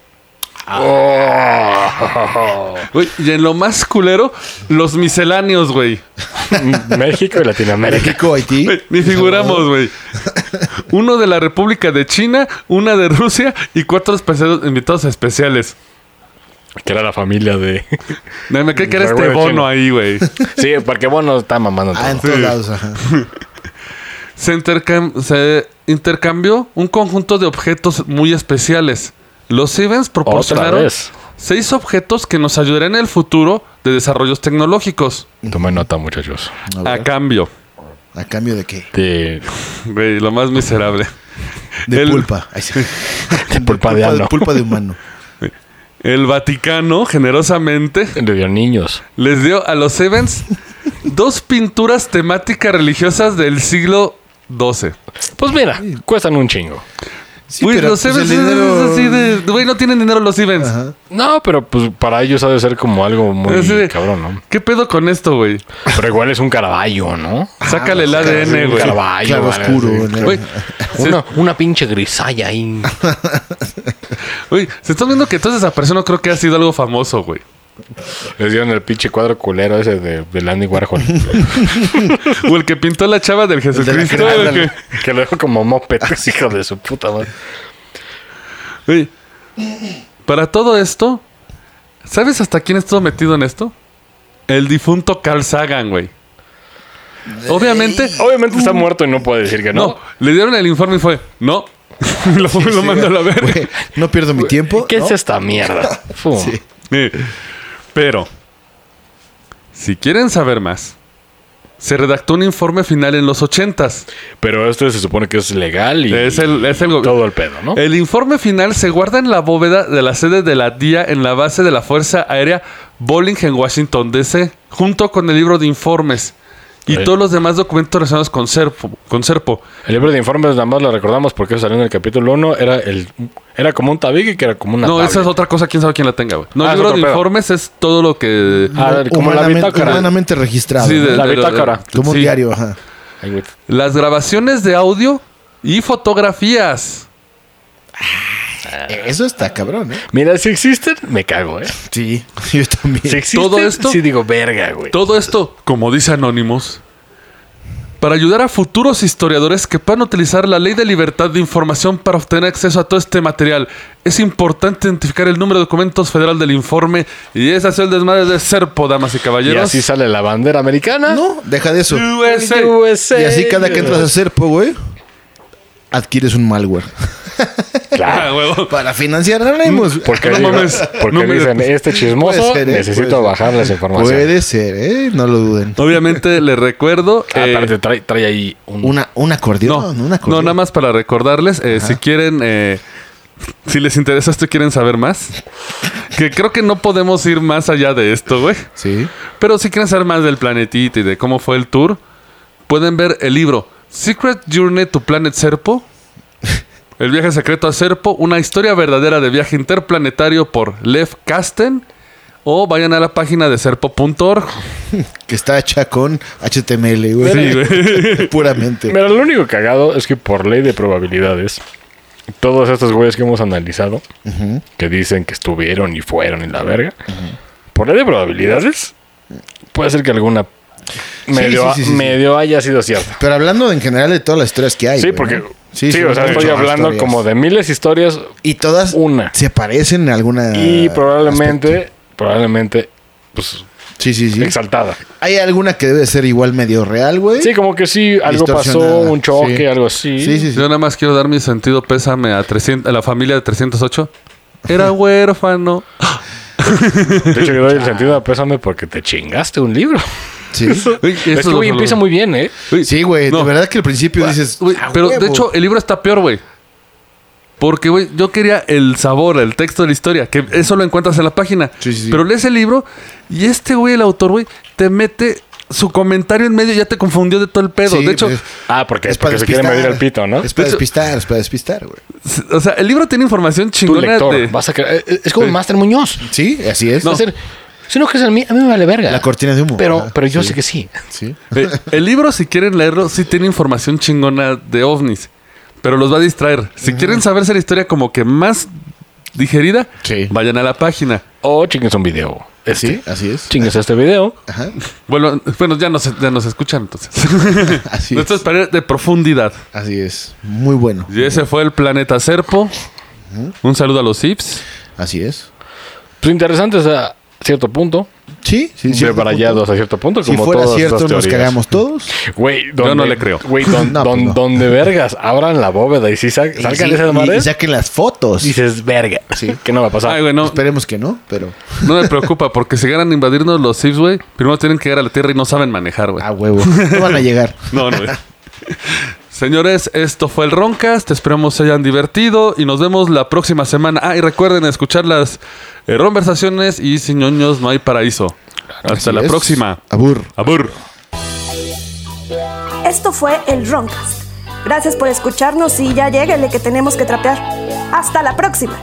B: Güey, y en lo más culero, los misceláneos, güey.
D: México y Latinoamérica.
C: <laughs> México, Haití.
B: Güey, Ni figuramos, güey. Uno de la República de China, una de Rusia y cuatro espe- invitados especiales.
D: Que era la familia
C: <laughs>
D: de.
B: No, me cree que era
D: Pero,
B: este
D: güey,
B: bono
D: China.
B: ahí, güey.
D: Sí, porque bueno, está mamando. todo.
C: Ah, en todos lados, ajá.
B: Se, intercam- se intercambió un conjunto de objetos muy especiales. Los Sevens
D: Otra
B: proporcionaron
D: vez.
B: seis objetos que nos ayudarán en el futuro de desarrollos tecnológicos.
D: Tomen nota, muchachos.
C: A
B: A,
C: ver,
B: cambio.
C: ¿A cambio de qué?
D: De,
B: Güey, lo más miserable.
C: De
B: El-
C: pulpa. Ay, sí.
D: de pulpa de ano.
C: pulpa de humano.
B: El Vaticano, generosamente,
D: Le dio niños.
B: les dio a los
D: <laughs>
B: Sevens dos pinturas temáticas religiosas del siglo XII.
D: Pues mira, cuestan un chingo.
C: Sí,
B: Güey,
C: pero,
B: los
C: pues,
B: Sevens
C: el dinero-
B: es así de... Güey, no tienen dinero los Sevens.
C: Ajá.
D: No, pero pues para ellos ha de ser como algo muy
B: Así de,
D: cabrón, ¿no?
B: ¿Qué pedo con esto, güey?
D: Pero igual es un caraballo, ¿no?
B: Sácale el ADN, güey.
D: Caraballo.
C: Claro
D: algo
C: oscuro,
D: así.
C: ¿no?
B: Güey,
D: Una, una pinche grisalla ahí.
B: Güey, se está viendo que entonces esa persona creo que ha sido algo famoso, <laughs> güey.
D: Les dieron el pinche cuadro culero ese de, de Landy
C: <laughs>
D: Warhol.
B: O el que pintó la chava del Jesucristo. güey,
D: Ándale,
B: que-
D: que lo dejó como moped,
C: Ah,
D: hijo de su puta madre.
B: Güey, para todo esto, ¿sabes hasta quién estuvo metido en esto? El difunto Carl Sagan, güey. Obviamente, oh,
D: Obviamente está muerto y no puede decir que
B: no,
D: no.
B: le dieron el informe y fue, no. <laughs> lo lo mandó a la verga.
C: Güey, no pierdo mi tiempo.
D: ¿Qué
C: ¿no?
D: es
C: <laughs>
D: esta mierda? Fum.
C: Sí.
B: Eh, Pero, si quieren saber más, se redactó un informe final en los ochentas.
D: Pero esto se supone que es legal y
B: Es el, es el Eh. go-
D: todo el pedo, ¿no?
B: El informe final se guarda en la bóveda de la sede de la DIA en la base de la Fuerza Aérea Bowling en Washington, D.C., junto con el libro de informes y
D: Ahí.
B: todos los demás documentos relacionados con Serpo. Con Serpo.
D: El libro de informes nada más lo recordamos porque eso salió en el capítulo 1. Era, el, era como un tabique que era como una
B: No,
D: tablet.
B: esa es otra cosa, quién sabe quién la tenga, güey. No,
D: Ah,
B: el
D: es
B: libro de
D: otro pedo.
B: informes es todo lo que...
D: Ah, como la
C: humanamente,
D: bitácora.
C: humanamente registrado.
B: Sí,
C: ¿no?
B: de-
D: la
B: de- de-
D: bitácora.
C: Como un
B: sí.
C: diario, ajá.
D: Ay, güey.
B: Las grabaciones de audio y fotografías.
C: Eso está cabrón, ¿eh?
D: Mira, si existen, me cago, ¿eh?
C: Sí, <laughs> yo también.
D: Si existen,
B: Todo esto-
D: sí digo, verga, güey.
B: Todo esto, como dice Anonymous, para ayudar a futuros historiadores que puedan utilizar la ley de libertad de información para obtener acceso a todo este material. Es importante identificar el número de documentos federal del informe y es hacer el desmadre de Serpo, damas y
D: Y
B: caballeros.
D: así sale la bandera americana.
C: No, deja de eso.
B: USA.
D: <laughs> USA.
C: Y así cada que entras a Serpo, güey, adquieres un
D: <laughs>
C: malware.
B: Ah,
C: <laughs>
D: Claro.
B: huevo.
C: Para financiar
D: Mm,
C: pues. Anonymous.
D: Porque,
B: No
D: digo-
B: mames.
D: porque
B: No me-
D: dicen, este chismoso
C: Puede ser, ¿eh?
D: necesito
C: Puede ser.
D: bajar las informaciones.
C: Puede ser, ¿eh? No lo duden.
B: Obviamente les recuerdo...
D: <laughs> Ah,
B: eh,
D: espérate, trae, trae ahí un...
C: Una, un
B: no,
C: acordeón. un
B: no,
C: acordeón.
B: nada más para recordarles, eh, si quieren... eh, si les interesa esto y quieren saber más, que creo que no podemos ir más allá de esto, güey.
C: Sí.
B: Pero si quieren saber más del planetita y de cómo fue el tour, pueden ver el libro Secret Journey to Planet Serpo. El viaje secreto a Serpo, una historia verdadera de viaje interplanetario por Lev Kasten. O vayan a la página de serpo.org.
C: Que está hecha con HTML, güey.
B: Sí, güey.
C: <laughs> Puramente.
D: Mira, lo único cagado es que por ley de probabilidades, todos estos güeyes que hemos analizado, que dicen que estuvieron y fueron y la verga, por ley de probabilidades, puede ser que alguna medio,
C: sí, sí, sí.
D: medio haya sido cierta.
C: Pero hablando en general de todas las historias que hay.
D: Sí,
C: güey,
D: porque...
C: ¿no?
D: Sí, o
C: son
D: sea, estoy
C: muchas
D: hablando
C: historias.
D: como de miles de historias
C: Y todas
D: Una.
C: se parecen en alguna.
D: y probablemente, probablemente, pues,
C: Sí, sí, sí.
D: exaltada.
C: Hay alguna que debe ser igual medio real, güey.
D: Sí, como que sí, algo pasó,
C: Distorsionada.
D: un choque,
C: Sí.
D: algo así.
C: Sí, sí, sí.
B: Yo nada más quiero dar mi sentido pésame a, 300 a la familia de 308. Era huérfano.
D: De hecho, yo
C: Ah.
D: doy el sentido de pésame porque te chingaste un libro. <laughs>
C: Sí.
B: Uy,
D: es
B: eso
D: que, güey,
B: lo-
D: empieza muy bien, ¿eh?
B: Uy,
C: Sí, güey.
B: no.
C: De verdad que al principio dices.
B: Güey,
C: "A
B: pero de
C: huevo".
B: hecho, el libro está peor, güey. Porque, güey, yo quería el sabor, el texto de la historia, que eso lo encuentras en la página.
C: Sí, sí, sí.
B: Pero lees el libro y este güey, el autor, güey, te mete su comentario en medio y ya te confundió de todo el pedo.
C: Sí,
B: de hecho,
C: pues,
D: Ah, porque, porque se quiere medir el pito, ¿no?
C: Es para
B: De hecho-
C: despistar, es para despistar, güey.
B: s- o sea, el libro tiene información
D: tu
B: chingona
D: lector.
B: de-
D: Vas a crear- eh, es como
B: Sí.
D: Master Muñoz.
C: Sí, así es.
B: No.
D: Va a ser, si no crees en mí, a mí me vale verga.
C: La cortina de humo.
D: Pero,
C: Ajá,
D: pero yo
C: sí.
D: sé
C: <laughs>
D: que sí.
C: Sí.
B: Eh, el libro, si quieren leerlo, sí tiene información chingona de ovnis. Pero los va a distraer. Si
C: Mm.
B: quieren saberse la historia como que más digerida,
C: Sí.
B: vayan a la página.
D: O
C: Oh,
D: chingues un video. Este.
C: Sí, así es.
D: Chingues este
C: <laughs>
D: video.
C: Ajá.
B: Bueno, bueno ya, nos, ya nos escuchan entonces.
C: <laughs> Así
B: Esto
C: es.
B: es para ir de profundidad.
C: Así es. Muy bueno.
B: Y ese fue el planeta Serpo. Un saludo a los Ips.
C: Así es.
D: Pues interesante a cierto punto.
C: Sí, sí, sí.
D: Desbarallados a cierto punto.
C: Si
D: como
C: fuera
D: todas
C: cierto,
D: estas
C: nos
D: teorías.
C: cagamos
D: <laughs>
C: todos.
D: Güey, donde-
B: no le creo.
D: Güey,
C: <laughs>
D: don-
C: No, pues
D: don-
C: no.
D: donde vergas abran la bóveda y si sa-
C: Y
D: salgan
C: sí,
D: esas
C: y- y
D: madres,
C: saquen las fotos.
D: dices verga.
C: Sí.
D: Que no va a pasar.
B: Ay, güey, no,
C: Esperemos que no, pero
B: no
C: <laughs>
B: me preocupa, porque si ganan invadirnos los Ips, güey,
C: ah,
D: <laughs>
B: primero tienen que llegar a la Tierra y no saben manejar, güey. <laughs>
C: a huevo. No van a llegar.
B: No, no, güey. Señores, esto fue el Roncast. Esperamos se hayan divertido y nos vemos la próxima semana. Ah, y recuerden escuchar las eh, conversaciones y sin ñoños no hay paraíso. Hasta
C: Así
B: la
C: es.
B: próxima.
C: Abur.
B: Abur.
A: Esto fue el Roncast. Gracias por escucharnos y ya lléguele que tenemos que trapear. Hasta la próxima.